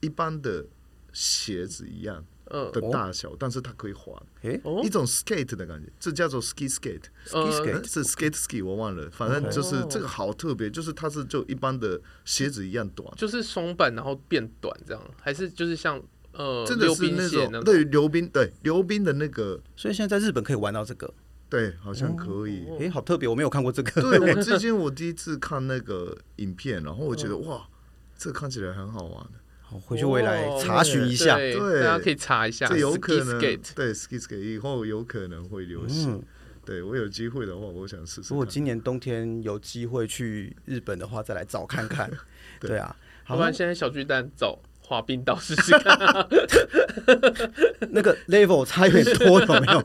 [SPEAKER 3] 一般的鞋子一样
[SPEAKER 1] 嗯
[SPEAKER 3] 的大小，但是它可以滑，
[SPEAKER 2] 诶
[SPEAKER 1] 哦
[SPEAKER 3] 一种 skate 的感觉，这叫做 ski skate，
[SPEAKER 2] ，ski
[SPEAKER 1] 呃
[SPEAKER 2] skate
[SPEAKER 3] 嗯是 skate ski，我忘了，反正就是
[SPEAKER 1] 哦
[SPEAKER 3] 这个好特别，就是它是就一般的鞋子一样短，
[SPEAKER 1] 就是双板然后变短这样，还是就是像呃
[SPEAKER 3] 真的
[SPEAKER 1] 溜
[SPEAKER 3] 是
[SPEAKER 1] 冰鞋
[SPEAKER 3] 种
[SPEAKER 1] 那
[SPEAKER 3] 对溜冰，对溜冰的那个，
[SPEAKER 2] 所以现在在日本可以玩到这个，
[SPEAKER 3] 对，好像可以。
[SPEAKER 1] 哦
[SPEAKER 2] 诶、好特别，我没有看过这个。
[SPEAKER 3] 对我
[SPEAKER 1] (laughs)
[SPEAKER 3] 最近我第一次看那个影片，然后我觉
[SPEAKER 1] 嗯
[SPEAKER 3] 得、哇，这看起来很好玩。
[SPEAKER 2] 好回去未来查询一下。
[SPEAKER 1] 哦对，
[SPEAKER 3] 对
[SPEAKER 1] 大家可以查一下
[SPEAKER 3] 这有
[SPEAKER 1] ski
[SPEAKER 3] 可能
[SPEAKER 1] skate
[SPEAKER 3] 对 ski skate 以后有可能会流行。
[SPEAKER 2] 嗯，
[SPEAKER 3] 对我有机会的话，我想试试
[SPEAKER 2] 如果
[SPEAKER 3] 看。
[SPEAKER 2] 今年冬天有机会去日本的话，再来找看看。(laughs)
[SPEAKER 3] 对
[SPEAKER 2] 对啊，
[SPEAKER 1] 要
[SPEAKER 2] 好
[SPEAKER 1] 不，然现在小巨蛋走滑冰道试试
[SPEAKER 3] (laughs)
[SPEAKER 1] 看。
[SPEAKER 2] 那个 level 差有点 (laughs) 多，有没有？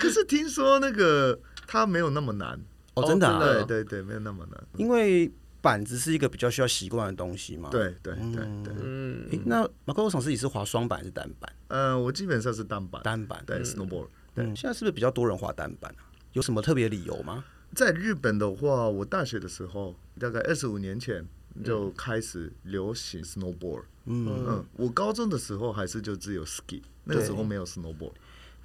[SPEAKER 3] 可是听说那个它没有那么难，
[SPEAKER 2] 哦，真的、
[SPEAKER 1] 真的嗯
[SPEAKER 2] 啊，
[SPEAKER 3] 对对对，没有那么难。
[SPEAKER 2] 因为板子是一个比较需要习惯的东西嘛。
[SPEAKER 3] 对对对对，
[SPEAKER 1] 嗯，
[SPEAKER 2] 诶。那马克欧场自己是滑双板还是单板？
[SPEAKER 3] 呃，我基本上是单板，
[SPEAKER 2] 单板。
[SPEAKER 3] 对 snowboard。
[SPEAKER 2] 对，现在是不是比较多人滑单板啊？有什么特别理由吗？
[SPEAKER 3] 在日本的话，我大学的时候，大概二十五年前就开始流行 snowboard。
[SPEAKER 2] 嗯
[SPEAKER 3] 嗯，我高中的时候还是就只有 ski，那个时候没有 snowboard。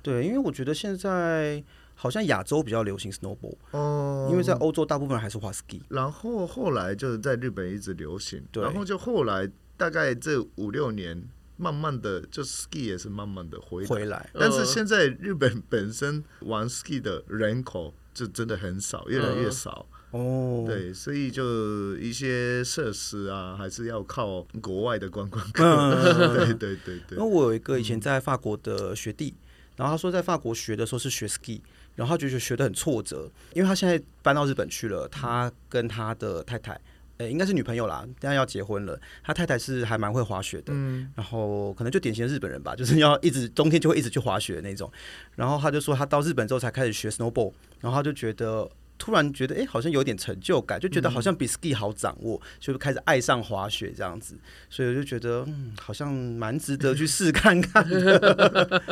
[SPEAKER 2] 对，因为我觉得现在好像亚洲比较流行 snowboard，、
[SPEAKER 3] 哦，
[SPEAKER 2] 因为在欧洲大部分人还是滑 ski。
[SPEAKER 3] 然后后来就是在日本一直流行，
[SPEAKER 2] 对
[SPEAKER 3] 然后就后来大概这五六年，慢慢的就 ski 也是慢慢的回来，呃
[SPEAKER 2] 回来，
[SPEAKER 3] 但是现在日本本身玩 ski 的人口就真的很少，越来越少，
[SPEAKER 2] 哦，
[SPEAKER 3] 对，所以就一些设施啊，还是要靠国外的观光客，对 (laughs) 对对
[SPEAKER 2] 因
[SPEAKER 3] 对嗯
[SPEAKER 2] 为，我有一个以前在法国的学弟，然后他说在法国学的时候是学 ski，然后他觉得学的很挫折，因为他现在搬到日本去
[SPEAKER 3] 嗯
[SPEAKER 2] 了，他跟他的太太，呃、应该是女朋友啦，现在要结婚了，他太太是还蛮会滑雪的。
[SPEAKER 3] 嗯，
[SPEAKER 2] 然后可能就典型的日本人吧， (laughs) 就是要一直冬天就会一直去滑雪的那种。然后他就说他到日本之后才开始学 snowboard，然后他就觉得突然觉得哎、诶好像有点成就感，就觉得好像比 ski 好掌握，所以就开始爱上滑雪这样子。所以我就觉得嗯，好像蛮值得去试看看的。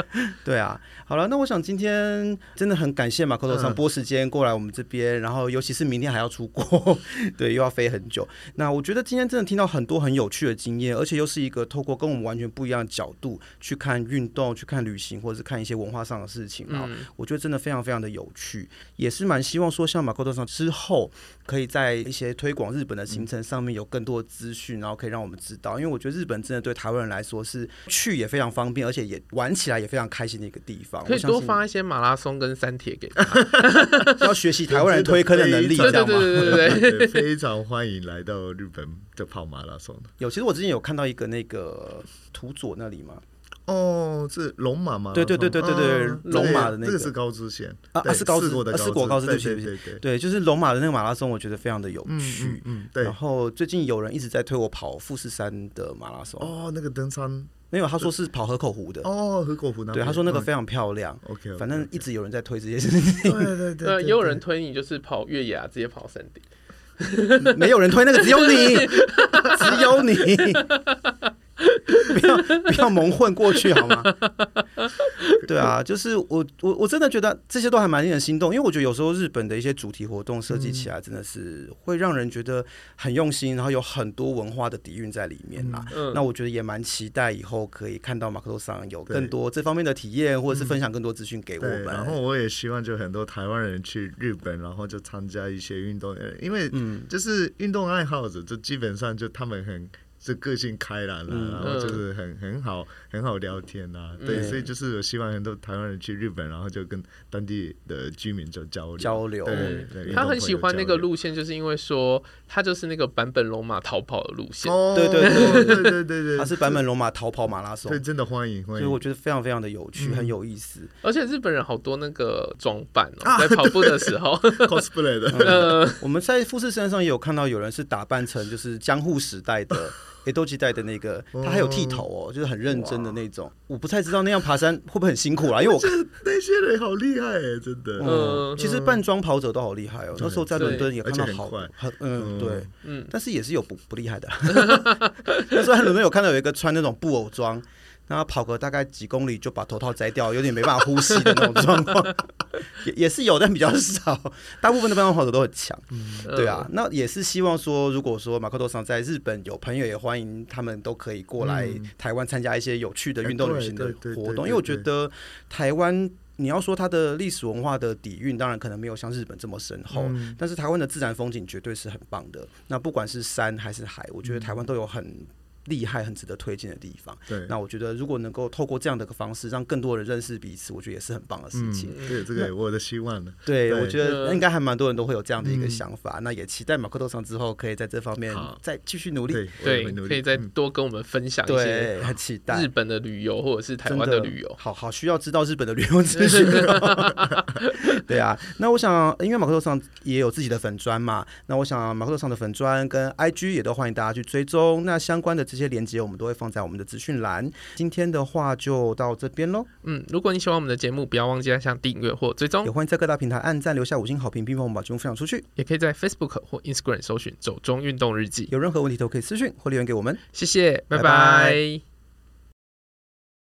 [SPEAKER 2] 对啊，好了，那我想今天真的很感谢马克头上拨时间过来我们这边，然后尤其是明天还要出国， (laughs) 对，又要飞很久。那我觉得今天真的听到很多很有趣的经验，而且又是一个透过跟我们完全不一样的角度去看运动、去看旅行，或者是看一些文化上的事情啊，
[SPEAKER 1] 嗯
[SPEAKER 2] 我觉得真的非常非常的有趣，也是蛮希望说像马克多上之后，可以在一些推广日本的行程上面有更多的资讯，然后可以让我们知道，因为我觉得日本真的对台湾人来说是去也非常方便，而且也玩起来也非常开心的一个地方。
[SPEAKER 1] 可以
[SPEAKER 2] 我相
[SPEAKER 1] 多
[SPEAKER 2] 信
[SPEAKER 1] 发一些马拉松跟三铁给他。
[SPEAKER 2] (laughs) 要学习台湾人推坑的能力，
[SPEAKER 1] 对
[SPEAKER 2] 这
[SPEAKER 1] 对
[SPEAKER 2] 样
[SPEAKER 1] 对
[SPEAKER 2] 吗？
[SPEAKER 1] 对对对。
[SPEAKER 3] 对，非常欢迎来到日本就跑马拉松。
[SPEAKER 2] 有，其实我之前有看到一个那个土佐那里嘛，
[SPEAKER 3] 哦，是龙马吗？
[SPEAKER 2] 对对对对对对
[SPEAKER 3] 哦
[SPEAKER 2] 龙马的那个
[SPEAKER 3] 这个是高知县
[SPEAKER 2] 啊
[SPEAKER 3] 对
[SPEAKER 2] 啊是高知
[SPEAKER 3] 四国的
[SPEAKER 2] 啊四国高知
[SPEAKER 3] 对
[SPEAKER 2] 对
[SPEAKER 3] 对
[SPEAKER 2] 不起
[SPEAKER 3] 对对，对
[SPEAKER 2] 对，就是龙马的那个马拉松，我觉得非常的有
[SPEAKER 3] 嗯
[SPEAKER 2] 趣
[SPEAKER 3] 嗯。嗯，对
[SPEAKER 2] 然。后最近有人一直在推我跑富士山的马拉松，
[SPEAKER 3] 哦，那个登山，
[SPEAKER 2] 没有，他说是跑河口湖的，
[SPEAKER 3] 哦，河口湖那边，
[SPEAKER 2] 对，他说那个
[SPEAKER 3] 嗯
[SPEAKER 2] 非常漂亮。
[SPEAKER 3] OK，
[SPEAKER 2] 反正一直有人在推这些事情， (laughs)
[SPEAKER 3] 对对对对，
[SPEAKER 1] 对，也有人推你就是跑越野啊，直接跑山顶。
[SPEAKER 2] 没有人推那个，只有你，只有你，不要不要蒙混过去好吗？ (laughs) 对啊，就是我我我真的觉得这些都还蛮令人心动，因为我觉得有时候日本的一些主题活动设计
[SPEAKER 3] 嗯
[SPEAKER 2] 起来真的是会让人觉得很用心，然后有很多文化的底蕴在里面啦。
[SPEAKER 1] 嗯
[SPEAKER 2] 那我觉得也蛮期待以后可以看到马克多桑有
[SPEAKER 3] 对嗯
[SPEAKER 2] 更多这方面的体验，或者是分享更多资讯给我
[SPEAKER 3] 对，
[SPEAKER 2] 们。
[SPEAKER 3] 然后我也希望就很多台湾人去日本，然后就参加一些运动，呃因为就是运动爱好者，就基本上就他们很就个性开朗啦、
[SPEAKER 2] 嗯
[SPEAKER 3] 然后就是很很好很好聊天啦、对，
[SPEAKER 2] 嗯
[SPEAKER 3] 所以就是我希望很多台湾人去日本，然后就跟当地的居民就交流
[SPEAKER 2] 交流
[SPEAKER 3] 对对，
[SPEAKER 1] 嗯他很喜欢那个
[SPEAKER 3] 路。
[SPEAKER 1] 路线，就是因为说他就是那个版本龙马逃跑的路线。
[SPEAKER 3] 哦，
[SPEAKER 2] 对对
[SPEAKER 3] 对对对对对，
[SPEAKER 2] 它是版本龙马逃跑马拉松
[SPEAKER 3] 对，，嗯真的欢迎
[SPEAKER 2] 所
[SPEAKER 3] 欢
[SPEAKER 2] 以
[SPEAKER 3] 迎。
[SPEAKER 2] 我觉得非常非常的有趣，很有意思。
[SPEAKER 1] 而且日本人好多那个装扮哦、在跑步的时候，
[SPEAKER 3] cosplay
[SPEAKER 2] 嗯
[SPEAKER 3] 的，
[SPEAKER 2] 我们在富士山上也有看到有人是打扮成就是江户时代
[SPEAKER 3] (laughs)
[SPEAKER 2] 的江户时代的那个，他还有剃头哦，就是很认真的那种。我不太知道那样爬山会不会很辛苦啦，因为我看。
[SPEAKER 3] 那些人好厉害哎，真的。
[SPEAKER 1] 嗯
[SPEAKER 2] 嗯，其实扮装跑者都好厉害哦。那时候在伦敦也看到
[SPEAKER 3] 而且很
[SPEAKER 2] 好
[SPEAKER 3] 快，
[SPEAKER 2] 很嗯
[SPEAKER 3] 嗯
[SPEAKER 2] 对，
[SPEAKER 1] (laughs) 嗯
[SPEAKER 2] 但是也是有不不厉害的。 (laughs) 那时候在伦敦有看到有一个穿那种布偶装，然后跑个大概几公里就把头套摘掉，有点没办法呼吸的那种状况， (laughs) 也也是有，但比较少。大部分的扮装跑者都很强。
[SPEAKER 1] 嗯
[SPEAKER 2] 对啊，
[SPEAKER 3] 呃
[SPEAKER 2] 那也是希望说，如果说马克多桑在日本有朋友，也欢迎他们都可以过来台湾参加一些有趣的运动旅行的
[SPEAKER 3] 哎嗯对对对
[SPEAKER 2] 活
[SPEAKER 3] 对
[SPEAKER 2] 动，
[SPEAKER 3] 对
[SPEAKER 2] 因为我觉得台湾。你要说它的历史文化的底蕴，当然可能没有像日本这么深厚，
[SPEAKER 3] 嗯
[SPEAKER 2] 但是台湾的自然风景绝对是很棒的。那不管是山还是海，我觉
[SPEAKER 3] 嗯
[SPEAKER 2] 得台湾都有很厉害、很值得推荐的地方。
[SPEAKER 3] 对，
[SPEAKER 2] 那我觉得如果能够透过这样的一个方式，让更多人认识彼此，我觉得也是很棒的事
[SPEAKER 3] 嗯，
[SPEAKER 2] 情。
[SPEAKER 3] 对这个我的希望
[SPEAKER 1] (laughs)
[SPEAKER 3] 呢。
[SPEAKER 2] 对，
[SPEAKER 3] 对
[SPEAKER 2] 我觉得
[SPEAKER 1] 呃
[SPEAKER 2] 应该还蛮多人都会有这样的
[SPEAKER 1] 嗯
[SPEAKER 2] 一个想法。那也期待马克多上之后可以在这方面
[SPEAKER 3] 好
[SPEAKER 2] 再继续努力。
[SPEAKER 3] 对，我也
[SPEAKER 1] 对
[SPEAKER 3] 会努，力
[SPEAKER 1] 可以再
[SPEAKER 3] 嗯
[SPEAKER 1] 多跟我们分享一些
[SPEAKER 2] 对，很期待
[SPEAKER 1] 日本的旅游或者是台湾
[SPEAKER 2] 真
[SPEAKER 1] 的
[SPEAKER 2] 的
[SPEAKER 1] 旅游。
[SPEAKER 2] 好好需要知道日本的旅游资
[SPEAKER 1] (laughs)
[SPEAKER 2] 讯哦。对啊，那我想，因为马克多上也有自己的粉砖嘛，那我想马克多上的粉砖跟 IG 也都欢迎大家去追踪。那相关的这些连接，我们都会放在我们的资讯栏。今天的话就到这边喽。
[SPEAKER 1] 嗯，如果你喜欢我们的节目，不要忘记按下订阅或追踪
[SPEAKER 2] 也，欢迎在各大平台按赞、留下五星好评，并帮我们把节目分享出去。
[SPEAKER 1] 也可以在 Facebook 或 Instagram 搜寻“走中运动日记
[SPEAKER 2] 有任何问题都可以私讯或留言给我们。”。
[SPEAKER 1] 谢谢，
[SPEAKER 2] 拜
[SPEAKER 1] 拜
[SPEAKER 2] 拜
[SPEAKER 1] 拜